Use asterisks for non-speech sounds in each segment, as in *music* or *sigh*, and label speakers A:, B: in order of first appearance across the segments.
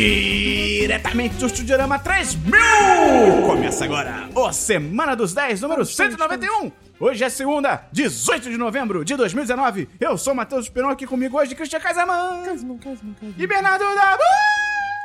A: Diretamente do Studiorama 3000! Começa agora o Semana dos 10, número 191! Hoje é segunda, 18 de novembro de 2019. Eu sou o Matheus Peron, aqui comigo hoje, Cristian Casaman
B: Casmon, Casmon, Casmon.
A: e Bernardo Dabu!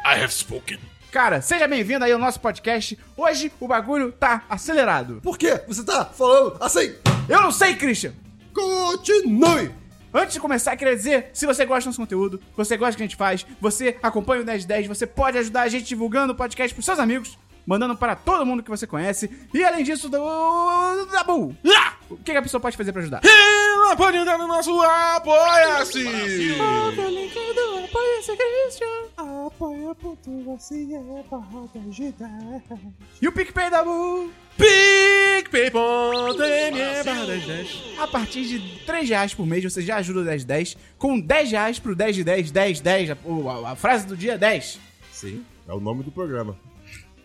C: I have spoken.
A: Cara, seja bem-vindo aí ao nosso podcast. Hoje o bagulho tá acelerado.
D: Por quê? Você tá falando assim?
A: Eu não sei, Christian!
D: Continue!
A: Antes de começar, queria dizer, se você gosta do nosso conteúdo, você gosta do que a gente faz, você acompanha o 1010, você pode ajudar a gente divulgando o podcast pros seus amigos, mandando para todo mundo que você conhece. E além disso, do... Dabu!
C: Ah!
A: O que que a pessoa pode fazer pra ajudar?
C: Ela pode entrar no nosso Apoia-se!
B: Apoia link do Apoia-se Christian. Apoia.se é barra da ajuda.
A: E o PicPay Dabu!
C: PicPay.me barra 1010.
A: A partir de 3 reais por mês, você já ajuda o 1010 com 10 reais pro 10 de 10, 10, 10, a, o- a- a frase do dia é 10.
D: Sim, é o nome do programa.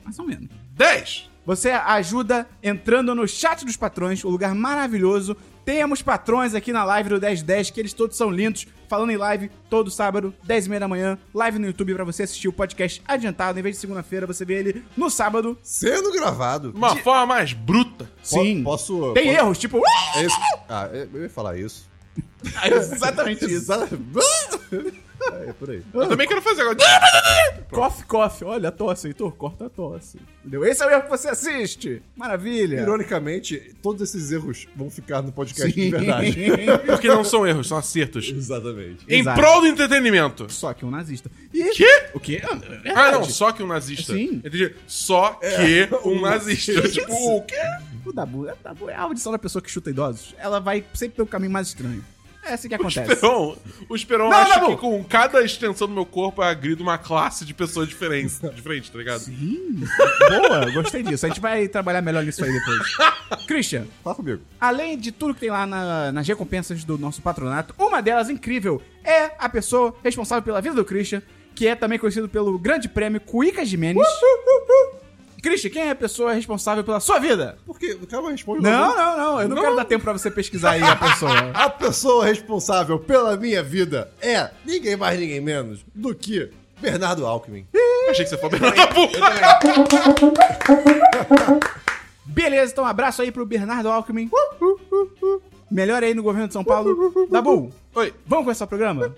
A: Mais ou menos.
C: 10!
A: Você ajuda entrando no chat dos patrões, um lugar maravilhoso. Temos patrões aqui na live do 1010, que eles todos são lindos. Falando em live, todo sábado, 10 e meia da manhã. Live no YouTube pra você assistir o podcast adiantado. Em vez de segunda-feira, você vê ele no sábado.
D: Sendo gravado.
C: Uma forma mais bruta.
D: Po-
A: Sim.
D: Posso.
A: Tem
D: posso-
A: erros, tipo... "Ah!"
D: É isso? Ah, eu ia falar isso.
A: *laughs* É Exatamente *laughs* isso.
D: Exato. *laughs* é por aí.
C: Eu também quero fazer agora.
A: Cough, cough. Olha a tosse, Heitor. Corta a tosse. Entendeu? Esse é o erro que você assiste. Maravilha. é
D: Ironicamente, todos esses erros vão ficar no podcast
A: Sim.
D: de verdade.
A: *laughs*
C: Porque não são erros, são acertos.
D: Exatamente.
C: Em
A: Exato.
C: prol do entretenimento.
A: Só que um nazista. E...
C: Quê?
A: O quê? É
C: Ah, não,
A: verdade.
C: só que um nazista.
A: Sim.
C: Entendi. Só que *laughs* um nazista. Tipo, o quê?
A: O Dabu, o Dabu é a audição da pessoa que chuta idosos. Ela vai sempre pelo caminho mais estranho. É assim que acontece.
C: Esperon, o Esperon
A: Não,
C: acha
A: não,
C: que
A: não.
C: com cada extensão do meu corpo eu agrido uma classe de pessoas diferentes, diferente, tá ligado?
A: Ih, boa, gostei disso. A gente vai trabalhar melhor nisso aí depois. Christian,
D: Fala comigo.
A: além de tudo que tem lá na- nas recompensas do nosso patronato, uma delas incrível é a pessoa responsável pela vida do Christian, que é também conhecido pelo grande prêmio Cuica Jimenez. Christian, quem é a pessoa responsável pela sua vida?
D: Por quê? Calma, responde
A: Não,
D: logo.
A: não, não. Eu não,
D: Não.
A: quero dar tempo pra você pesquisar aí a
D: *laughs*
A: pessoa.
D: A pessoa responsável pela minha vida é ninguém mais, ninguém menos do que Bernardo Alckmin.
C: Achei que você falou Bernardo Dabu.
A: Beleza, então um abraço aí pro Bernardo Alckmin. Uh, Melhor aí no governo de São
D: Uh,
A: Paulo. Dabu,
C: Oi.
A: vamos começar o programa?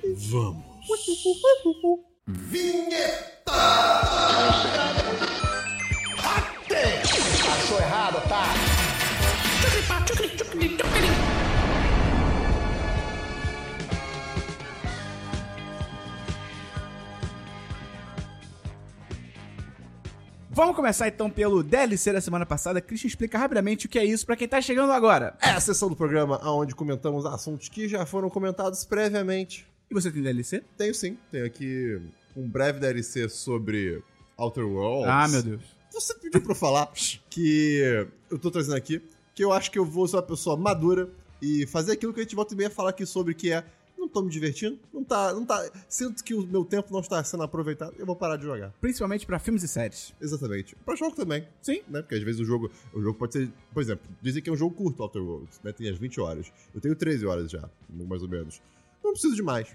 A: Vamos começar então pelo DLC da semana passada. Christian explica rapidamente o que é isso pra quem tá chegando agora.
D: É a sessão do programa onde comentamos assuntos que já foram comentados previamente.
A: E você tem DLC?
D: Tenho sim. Tenho aqui um breve DLC sobre Outer Worlds.
A: Ah, meu Deus.
D: Você pediu pra eu falar que eu tô trazendo aqui, que eu acho que eu vou ser uma pessoa madura e fazer aquilo que a gente volta e meia falar aqui sobre, que é não tô me divertindo, não tá, não tá, sinto que o meu tempo não está sendo aproveitado, eu vou parar de jogar.
A: Principalmente pra filmes e séries.
D: Exatamente. Pra jogo também.
A: Sim.
D: Né? Porque às vezes o jogo, o jogo pode ser, por exemplo, dizem que é um jogo curto, Outer Worlds, né? Tem as 20 horas. Eu tenho 13 horas já, mais ou menos. Não preciso de mais.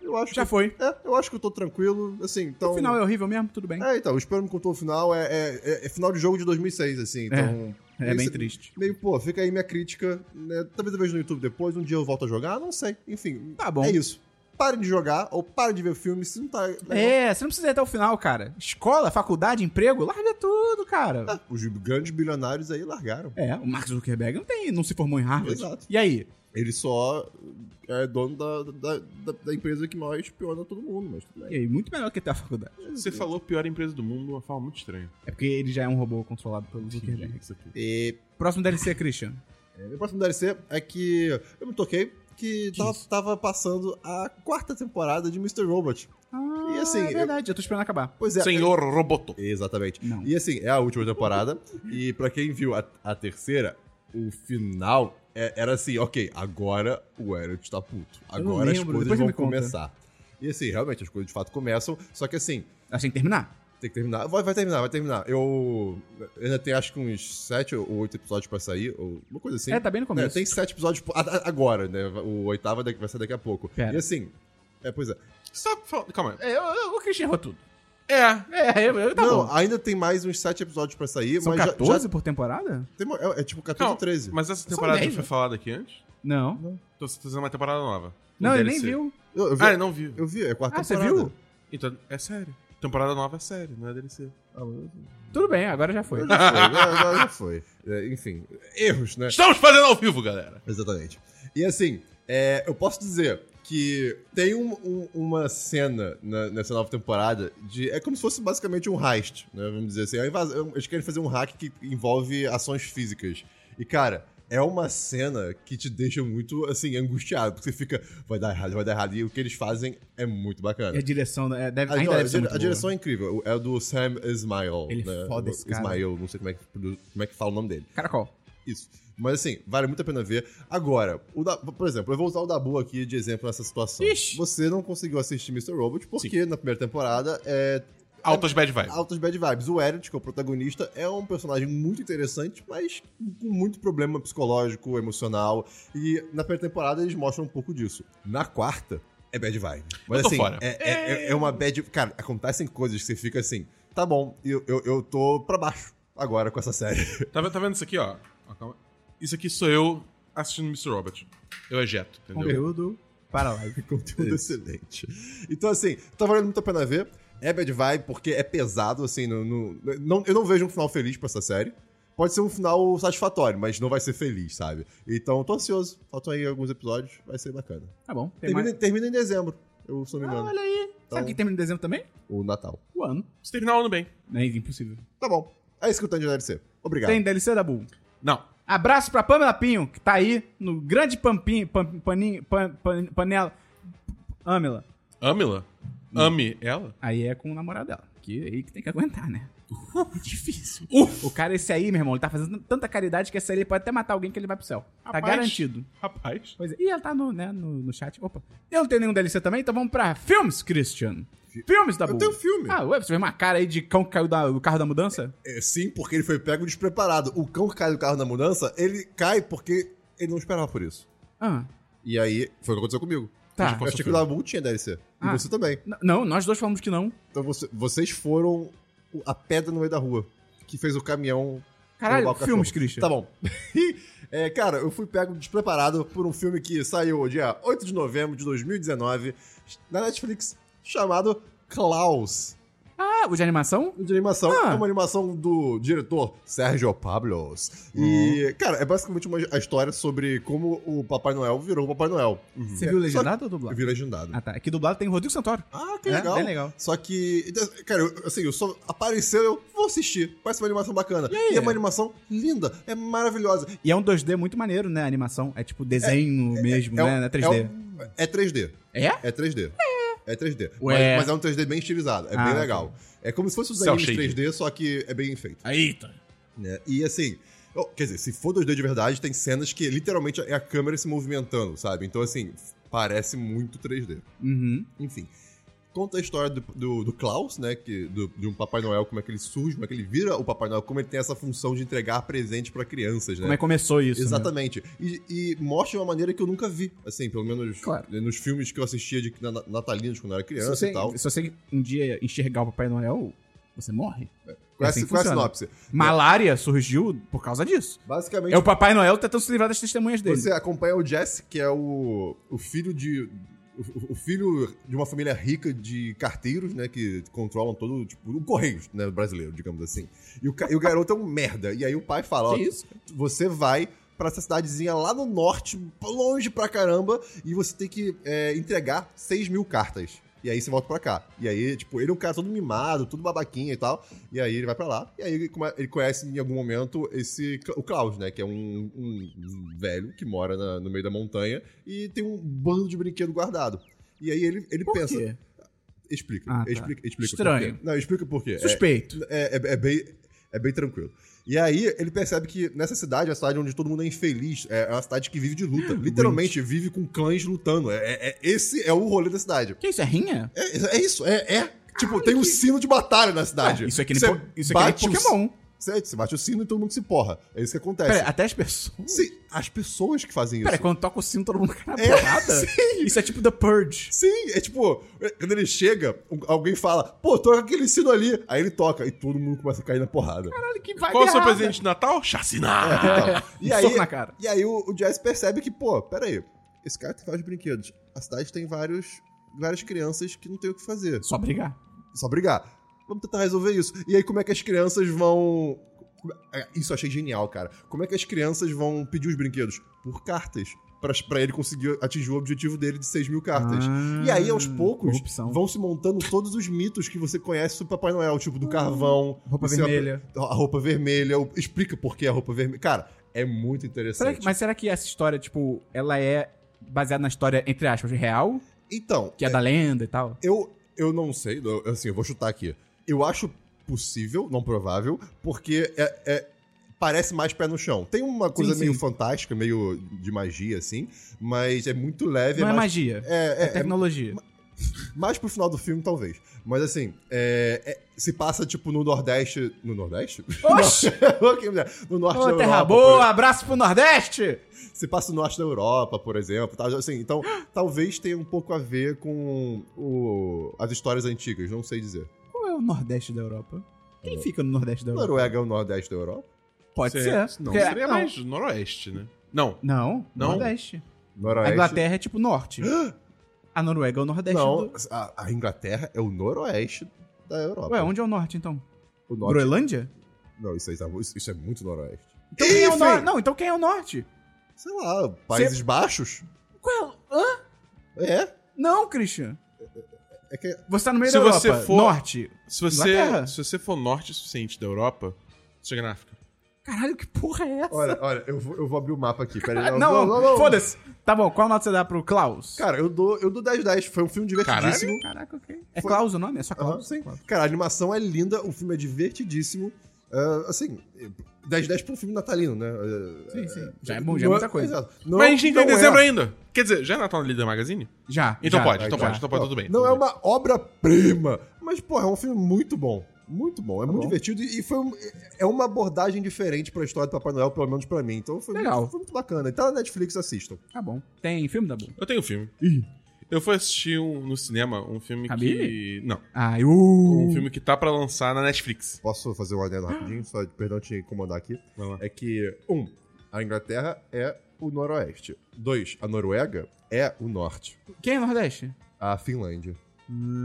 D: Eu acho
A: Já
D: que
A: foi.
D: é, eu acho que eu tô tranquilo, assim, então...
A: O final é horrível mesmo, tudo bem.
D: É, então, o Esperon me contou o final, é, é- é- é final de jogo de 2006, assim, então...
A: É bem
D: Esse-
A: triste.
D: Meio, pô, fica aí minha crítica, né? Talvez eu veja no YouTube depois, um dia eu volto a jogar, não sei. Enfim,
A: Tá bom.
D: é isso. Parem de jogar ou parem de ver filme, se não tá... legal.
A: É, você não precisa ir até o final, cara. Escola, faculdade, emprego, larga tudo, cara.
D: Ah, Os grandes bilionários aí largaram.
A: É, o Mark Zuckerberg não, tem, não se formou em Harvard.
D: Exato.
A: E aí?
D: Ele só é dono da, da, da, da empresa que mais piora todo mundo, mas tudo
A: E
D: bem.
A: aí, muito melhor que ter a faculdade.
C: Você falou pior empresa do mundo de uma forma muito estranha.
A: É porque ele já é um robô controlado pelo Zuckerberg.
C: Isso aqui.
D: E,
A: Próximo DLC, Christian.
D: é, o próximo DLC é que eu me toquei que tava,
A: Diz.
D: tava passando a quarta temporada de Mr. Robot.
A: Ah,
D: E assim,
A: é verdade, eu... tô esperando acabar.
D: Pois é.
C: Senhor Roboto.
D: Exatamente.
A: Não.
D: E assim, é a última temporada. e pra quem viu a, a terceira, o final é- era assim, ok, agora o Elliot tá puto.
A: não
D: Agora as
A: lembro,
D: coisas
A: depois você
D: vão
A: me conta.
D: começar. E assim, realmente, as coisas de fato começam. Só que assim,
A: Assim, terminar?
D: tem que terminar. Vai, vai terminar, vai terminar. Eu eu ainda tenho acho que uns sete ou oito episódios pra sair, ou uma coisa assim.
A: É, tá bem no
D: É,
A: começo.
D: tem sete episódios po- a- a- agora, né? O oitavo é daqui- vai ser daqui a pouco.
A: Pera.
D: E assim, é, pois é.
C: Você tá falando. Calma aí.
A: É, eu- eu- o Christian errou tudo.
C: É.
A: É, eu, eu tá
D: não,
A: bom.
D: ainda tem mais uns 7 episódios pra sair,
A: São
D: mas já-
A: 14
D: já.
A: por temporada?
D: tem uma- é, é tipo 14
C: Não, Ah,
D: ou 13.
C: mas essa
A: São
C: temporada
A: dez,
C: já foi
A: né?
C: falada aqui antes?
A: Não.
C: Então você tá fazendo uma temporada nova. Um
A: Não, ele nem
C: DLC.
A: viu.
D: Eu, eu vi,
C: Ah, ele não viu.
D: eu vi, é a quarta
A: Ah, você
D: temporada.
A: viu?
C: Então, é sério. Temporada nova é sério, não é DLC.
D: Ah, mas-
A: Tudo bem, agora já foi.
D: Já foi, já- já foi. É, enfim, erros,
A: É.
D: né?
C: Estamos fazendo ao vivo, galera.
D: Exatamente. E assim, é, eu posso dizer que tem um- um- uma cena na- nessa nova temporada de. É como se fosse basicamente um heist, né? Vamos dizer assim. É uma invasão- eles querem fazer um hack que envolve ações físicas. E, cara. É uma cena que te deixa muito, assim, angustiado. Porque você fica, vai dar errado, vai dar errado. E o que eles fazem é muito bacana.
A: E a direção é, deve,
D: A,
A: ainda
D: não,
A: deve ser
D: a dire-
A: muito
D: a
A: boa. né?
D: direção é incrível. É do Sam Ismail.
A: Ele
D: né?
A: é foda esse cara.
D: Ismail, não sei como é, que, produ- como é que fala o nome dele.
A: Caracol.
D: Isso. Mas assim, vale muito a pena ver. Agora, o da... por exemplo, eu vou usar o Dabu aqui de exemplo nessa situação.
A: Ixi.
D: Você não conseguiu assistir Mr. Robot porque na primeira temporada é
C: Altas bad vibes.
D: altas bad vibes. O Elliot, que é o protagonista, é um personagem muito interessante, mas com muito problema psicológico, emocional. E na primeira temporada eles mostram um pouco disso. Na quarta, é bad vibe. Mas
C: Eu tô
D: assim,
C: fora.
D: É, é- é- é uma bad. Cara, acontecem coisas que você fica assim, tá bom, eu, eu, eu tô pra baixo agora com essa série.
C: Tá, ve- tá vendo isso aqui, ó? Ó, calma. Isso aqui sou eu assistindo Mr. Robot. Eu ejeto, entendeu?
A: Conteúdo para a live.
D: *laughs* Conteúdo excelente. Então, assim, tá valendo muito a pena ver. É bad vibe, porque é pesado, assim, no, no- não, eu não vejo um final feliz pra essa série. Pode ser um final satisfatório, mas não vai ser feliz, sabe? Então, tô ansioso. Faltam aí alguns episódios, vai ser bacana.
A: Tá bom. Tem
D: Termina,
A: mais...
D: termina em dezembro, Então- eu se não me
A: Ah,
D: engano,
A: olha aí. Sabe o que termina em dezembro também?
D: o Natal.
A: O ano.
C: Se terminar o ano bem.
A: É impossível.
D: Tá bom. É isso que eu tenho de DLC. Obrigado.
A: Tem DLC da Bull.
C: Não.
A: Abraço pra Pamela Pinho, que tá aí no grande pampinho, pam, paninho, pan, pan- panela. Amela.
C: Amila? Ame ela?
A: Aí é com o namorado dela. Que aí que tem que aguentar, né? Difícil. O cara, esse aí, meu irmão, ele tá fazendo tanta caridade que esse aí ele pode até matar alguém que ele vai pro céu. Tá
C: Rapaz.
A: garantido.
C: Rapaz.
A: Pois é. Ih, ela tá no, né, no, no chat. Opa. Eu não tenho nenhum DLC também, então vamos pra filmes, Christian. Filmes da
D: Eu
A: Bull.
D: tenho um filme.
A: Ah, ué, você vê uma cara aí de cão que caiu da- do carro da mudança?
D: É, sim, porque ele foi pego despreparado. O cão que cai do carro na mudança, ele cai porque ele não esperava por isso.
A: Ah,
D: E aí, foi o que aconteceu comigo.
A: tá.
D: Eu achei que o Dabu tinha DLC. E
A: Ah.
D: você também.
A: N- Não, nós dois falamos que não.
D: Então você- vocês foram o- a pedra no meio da rua que fez o caminhão.
A: Caralho,
D: derrubar o
A: filmes,
D: cachorro.
A: Christian.
D: Tá bom. *laughs* É, cara, eu fui pego despreparado por um filme que saiu dia 8 de novembro de 2019 na Netflix chamado Klaus.
A: Ah, o de animação?
D: De animação,
A: Ah.
D: é uma animação do diretor Sérgio Pablos. E, cara, é basicamente uma, a história sobre como o Papai Noel virou o Papai Noel.
A: Você viu
D: É,
A: legendado ou
D: só que-
A: dublado?
D: Virou legendado.
A: Ah, tá. Aqui dublado tem o Rodrigo Santoro.
D: Ah, que
A: É,
D: legal.
A: bem legal.
D: Só que, então, cara, eu- assim, eu só apareceu, eu vou assistir. Parece uma animação bacana. E,
A: aí?
D: é uma animação linda, é maravilhosa.
A: E é um 2D muito maneiro, né? A animação. É tipo desenho mesmo,
D: é
A: né?
D: um-
A: Não é
D: É,
A: 3D.
D: um- é 3D.
A: É?
D: É 3D. É 3D.
A: Ué.
D: Mas, mas é um 3D bem estilizado, é
A: Ah,
D: bem
A: tá.
D: legal. É como se fosse os
C: Cell
D: animes
C: shading.
D: 3D, só que é bem feito.
C: Aí, tá.
D: né? E assim, eu- quer dizer, se for 2D de verdade, tem cenas que literalmente é a câmera se movimentando, sabe? Então, assim, parece muito 3D.
A: Uhum.
D: Enfim. Conta a história do, do, do Klaus, né? Que, do, de um Papai Noel, como é que ele surge, como é que ele vira o Papai Noel, como ele tem essa função de entregar presente pra crianças, né?
A: Como é que começou isso? né?
D: Exatamente. E, e mostra de uma maneira que eu nunca vi, assim, pelo menos
A: Claro.
D: nos filmes que eu assistia de na- na- natalinos quando eu era
A: Se
D: criança
A: você,
D: e É, tal.
A: se você um dia enxergar o Papai Noel, você morre.
D: Qual é,
A: assim
D: a- qual é a
A: funciona.
D: sinopse?
A: Malária surgiu por causa disso.
D: Basicamente,
A: É o Papai Noel tentando se livrar das testemunhas dele.
D: você acompanha o Jesse, que é o, o filho de. O, o filho de uma família rica de carteiros, né? Que controlam todo, tipo, o Correios, né? Brasileiro, digamos assim. E o, ca- e o garoto é um merda. E aí o pai fala, ó,
A: Que isso?
D: você vai pra essa cidadezinha lá no norte, longe pra caramba, e você tem que é, entregar 6 mil cartas. E aí você volta pra cá. E aí, tipo, ele é um cara todo mimado, todo babaquinha e tal. E aí ele vai pra lá. E aí ele, come- ele conhece em algum momento esse Cla- o Klaus, né? Que é um, um velho que mora na- no meio da montanha e tem um bando de brinquedo guardado. E aí ele, ele
A: Por
D: pensa.
A: quê?
D: Explica,
A: Ah, tá.
D: explica, explica.
A: Estranho.
D: por quê. Não, explica por quê. É-
A: Suspeito.
D: é, é- é bem, é bem tranquilo. E aí, ele percebe que nessa cidade, é a cidade onde todo mundo é infeliz, é é uma cidade que vive de
A: *gasps*
D: luta. Literalmente, vive com clãs lutando. É, é- é- esse é o rolê da cidade.
A: Que isso? É rinha?
D: É, é isso, é. é. Tipo, tem um sino de batalha na cidade.
A: Isso é que nem,
D: Você
A: po- isso é que nem
D: bate um o-
A: Pokémon.
D: Você, você bate o sino e todo mundo se porra. É isso que acontece.
A: Pera, até as pessoas.
D: Sim, as pessoas que fazem isso.
A: Pera, quando toca o sino, todo mundo cai na
D: É,
A: porrada? Isso é tipo The Purge.
D: Sim, é tipo, quando ele chega, um- alguém fala, pô, toca aquele sino ali. Aí ele toca e todo mundo começa a cair na
A: *laughs*
D: porrada. então.
A: Caralho, que vai
C: Qual é o seu presente de Natal?
A: É,
C: Chacinar!
D: E aí,
A: na cara.
D: e aí o, o Jazz percebe que, pô, peraí, esse cara tem vários brinquedos. A cidade tem vários, várias crianças que não tem o que fazer. É
A: Só brigar.
D: Só brigar. Vamos tentar resolver isso. E aí, como é que as crianças vão. Ah, Isso eu achei genial, cara. Como é que as crianças vão pedir os brinquedos? Por cartas. Pra, pra ele conseguir atingir o objetivo dele de 6 mil cartas.
A: Ah,
D: E aí, aos poucos,
A: corrupção.
D: vão se montando todos os mitos que você conhece sobre Papai Noel, tipo do carvão,
A: Ah, Roupa
D: você
A: vermelha.
D: apre- a roupa vermelha, o- explica por que a roupa vermelha. Cara, é muito
A: Será
D: interessante.
A: que- mas será que essa história, tipo, ela é baseada na história, entre aspas, real?
D: Então,
A: Que é, da lenda e tal?
D: eu, eu não sei, eu- assim, eu vou chutar aqui. Eu acho possível, não provável, porque é- é- parece mais pé no chão. Tem uma coisa
A: sim.
D: meio fantástica, meio de magia, assim, mas é muito leve.
A: Não é
D: mais-
A: magia.
D: é-
A: É,
D: é- é
A: tecnologia.
D: Mais pro final do filme, talvez. Mas assim, é- é- se passa, tipo, no Nordeste. No Nordeste?
A: Oxi!
D: *laughs* Não, quem me dera. no norte da
A: Ô,
D: Europa.
A: terra
D: por
A: boa, abraço pro Nordeste!
D: exemplo. Se passa no norte da Europa, por exemplo. tá? Assim, então, talvez tenha um pouco a ver com o- as histórias antigas, não sei dizer.
A: Qual é o Nordeste da Europa? Quem fica no Nordeste da Europa?
D: Noruega é o Nordeste da Europa?
A: Pode
C: Cê-
A: ser.
C: Não,
A: Porque- é,
C: seria
A: não.
C: mais noroeste, né? Não.
A: Não,
C: Não?
A: Nordeste.
D: Noroeste.
A: A Inglaterra é tipo norte. A Noruega é o Nordeste
D: Não,
A: do...
D: a, a Inglaterra é o noroeste da Europa.
A: Ué, onde é o norte, então?
D: O norte.
A: Groenlândia?
D: Não, isso, aí tá- isso é muito noroeste.
A: Então quem é o
D: Enfim.
A: norte? Não, então quem é o norte?
D: Sei lá, Países Baixos?
A: Qual é o- Hã?
D: É.
A: Não, Christian.
D: É que
A: Você tá no meio
C: Se
A: da Europa.
C: você for-
A: Norte.
C: Se você,
A: Inglaterra.
C: se você for norte o suficiente da Europa, você chega na África.
A: Caralho, que porra é essa?
D: Olha, olha, eu vou, eu vou abrir o mapa aqui. Peraí,
A: *laughs* não, não, foda-se. Tá bom, qual nota você dá pro Klaus?
D: Cara, eu dou, eu dou 10 10. Foi um filme divertidíssimo.
A: Caraca, ok. É Klaus o nome? É só
D: Aham,
A: Klaus?
D: sim. Cara, a animação é linda, o filme é divertidíssimo. Ah, assim, 10 10 pra um filme natalino, né? Ah,
A: Sim, sim. Já é
D: ah,
A: bom, já é
D: não
A: muita coisa.
D: exato. Não,
C: Mas a gente
D: não
C: tem
D: é-
C: dezembro ainda. Quer dizer, já é Natal no Líder Magazine?
A: Já.
C: Então
A: já.
C: pode,
D: Ah,
C: então
D: tá.
C: pode, então pode, tudo bem.
D: Não
C: tudo bem.
D: é uma obra-prima, mas, porra, é um filme muito bom. Muito bom,
C: Tá
D: é muito
A: bom.
D: divertido e e foi um- é uma abordagem diferente pra história do Papai Noel, pelo menos pra mim. Então foi,
A: Legal.
D: Muito, foi muito bacana. Então na Netflix assistam.
A: Tá bom. Tem filme da boa.
C: Eu tenho um filme. Eu fui assistir um- no cinema um filme
A: Cabine?
C: que. Não.
A: Ai, uh.
C: Um filme que tá pra lançar na Netflix.
D: Posso fazer um adendo rapidinho? Só, perdão te incomodar aqui.
C: Vai lá.
D: é que, um, a Inglaterra é o noroeste. Dois, a Noruega é o norte.
A: Quem é Nordeste?
D: A Finlândia.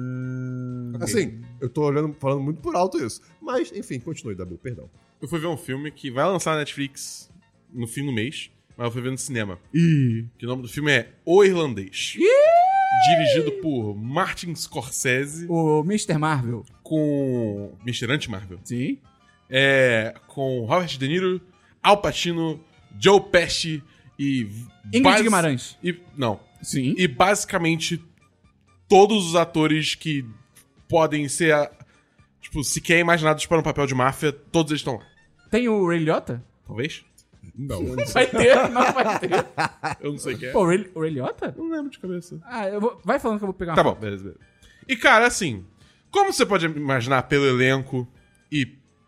C: Hum,
D: Assim, eu tô olhando, falando muito por alto isso. Mas, enfim, continue, Dabu, perdão.
C: Eu fui ver um filme que vai lançar na Netflix no fim do mês, mas eu fui ver no cinema.
A: Ih.
C: Que o nome do filme é O Irlandês. Dirigido por Martin Scorsese
A: O Mr. Marvel.
C: com. Misterante Marvel.
A: Sim.
C: É. Com Robert De Niro, Al Pacino, Joe Pesci e.
A: Ingrid
C: basi-
A: Guimarães.
C: E, não.
A: Sim.
C: E basicamente todos os atores que podem ser. ah, Tipo, sequer imaginados para um papel de máfia, todos eles estão lá.
A: Tem o Ray Liotta?
C: Talvez?
D: Não.
A: Vai ter, *laughs* não vai ter.
C: Eu não sei o que é.
A: Pô, o Ray, o Ray Liotta?
C: Não lembro de cabeça.
A: Ah, eu vou... vai falando que eu vou pegar uma
C: Tá bom, beleza, beleza. E, cara, assim, como você pode imaginar pelo elenco e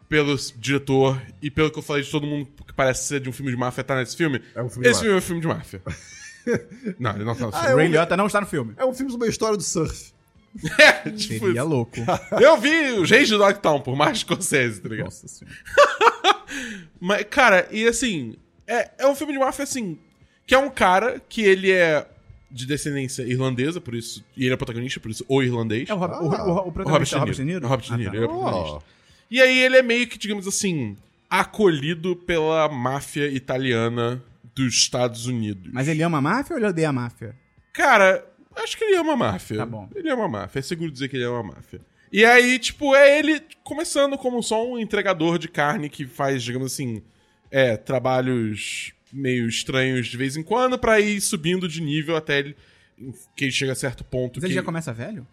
C: pelo s- diretor e pelo que eu falei de todo mundo que parece ser de um filme de máfia tá nesse filme,
D: É um filme de Ah,
C: esse filme é um filme de máfia.
D: *laughs*
C: não, ele não tá no
A: foto. O
C: filme.
A: Ray Liotta não está no filme.
D: *laughs* É um filme sobre a história do surf.
C: É, *laughs* tipo,
A: Seria louco.
C: eu vi Os Reis de Dogtown por Martin Scorsese, tá ligado?
A: Nossa senhora.
C: *laughs* Mas, cara, e assim, é, é um filme de máfia, assim, que é um cara que ele é de descendência irlandesa, por isso, e ele é protagonista, por isso, ou irlandês.
A: É o, Rob, o, o, o
C: O Robert
A: protagonista
C: De
A: é o
C: Niro.
A: Robert De Niro? Ah,
C: O Robert De Niro,
A: tá.
C: ele é o protagonista. E aí ele é meio que, digamos assim, acolhido pela máfia italiana dos Estados Unidos.
A: tá. Mas ele ama a máfia ou ele odeia a máfia?
C: Cara, acho que ele ama a máfia.
A: Tá bom.
C: Ele ama a máfia, é seguro dizer que ele ama a máfia. E aí, tipo, é ele começando como só um entregador de carne que faz, digamos assim, é, trabalhos meio estranhos de vez em quando pra ir subindo de nível até ele que ele chega a certo ponto
A: Mas
C: que...
A: ele já começa velho?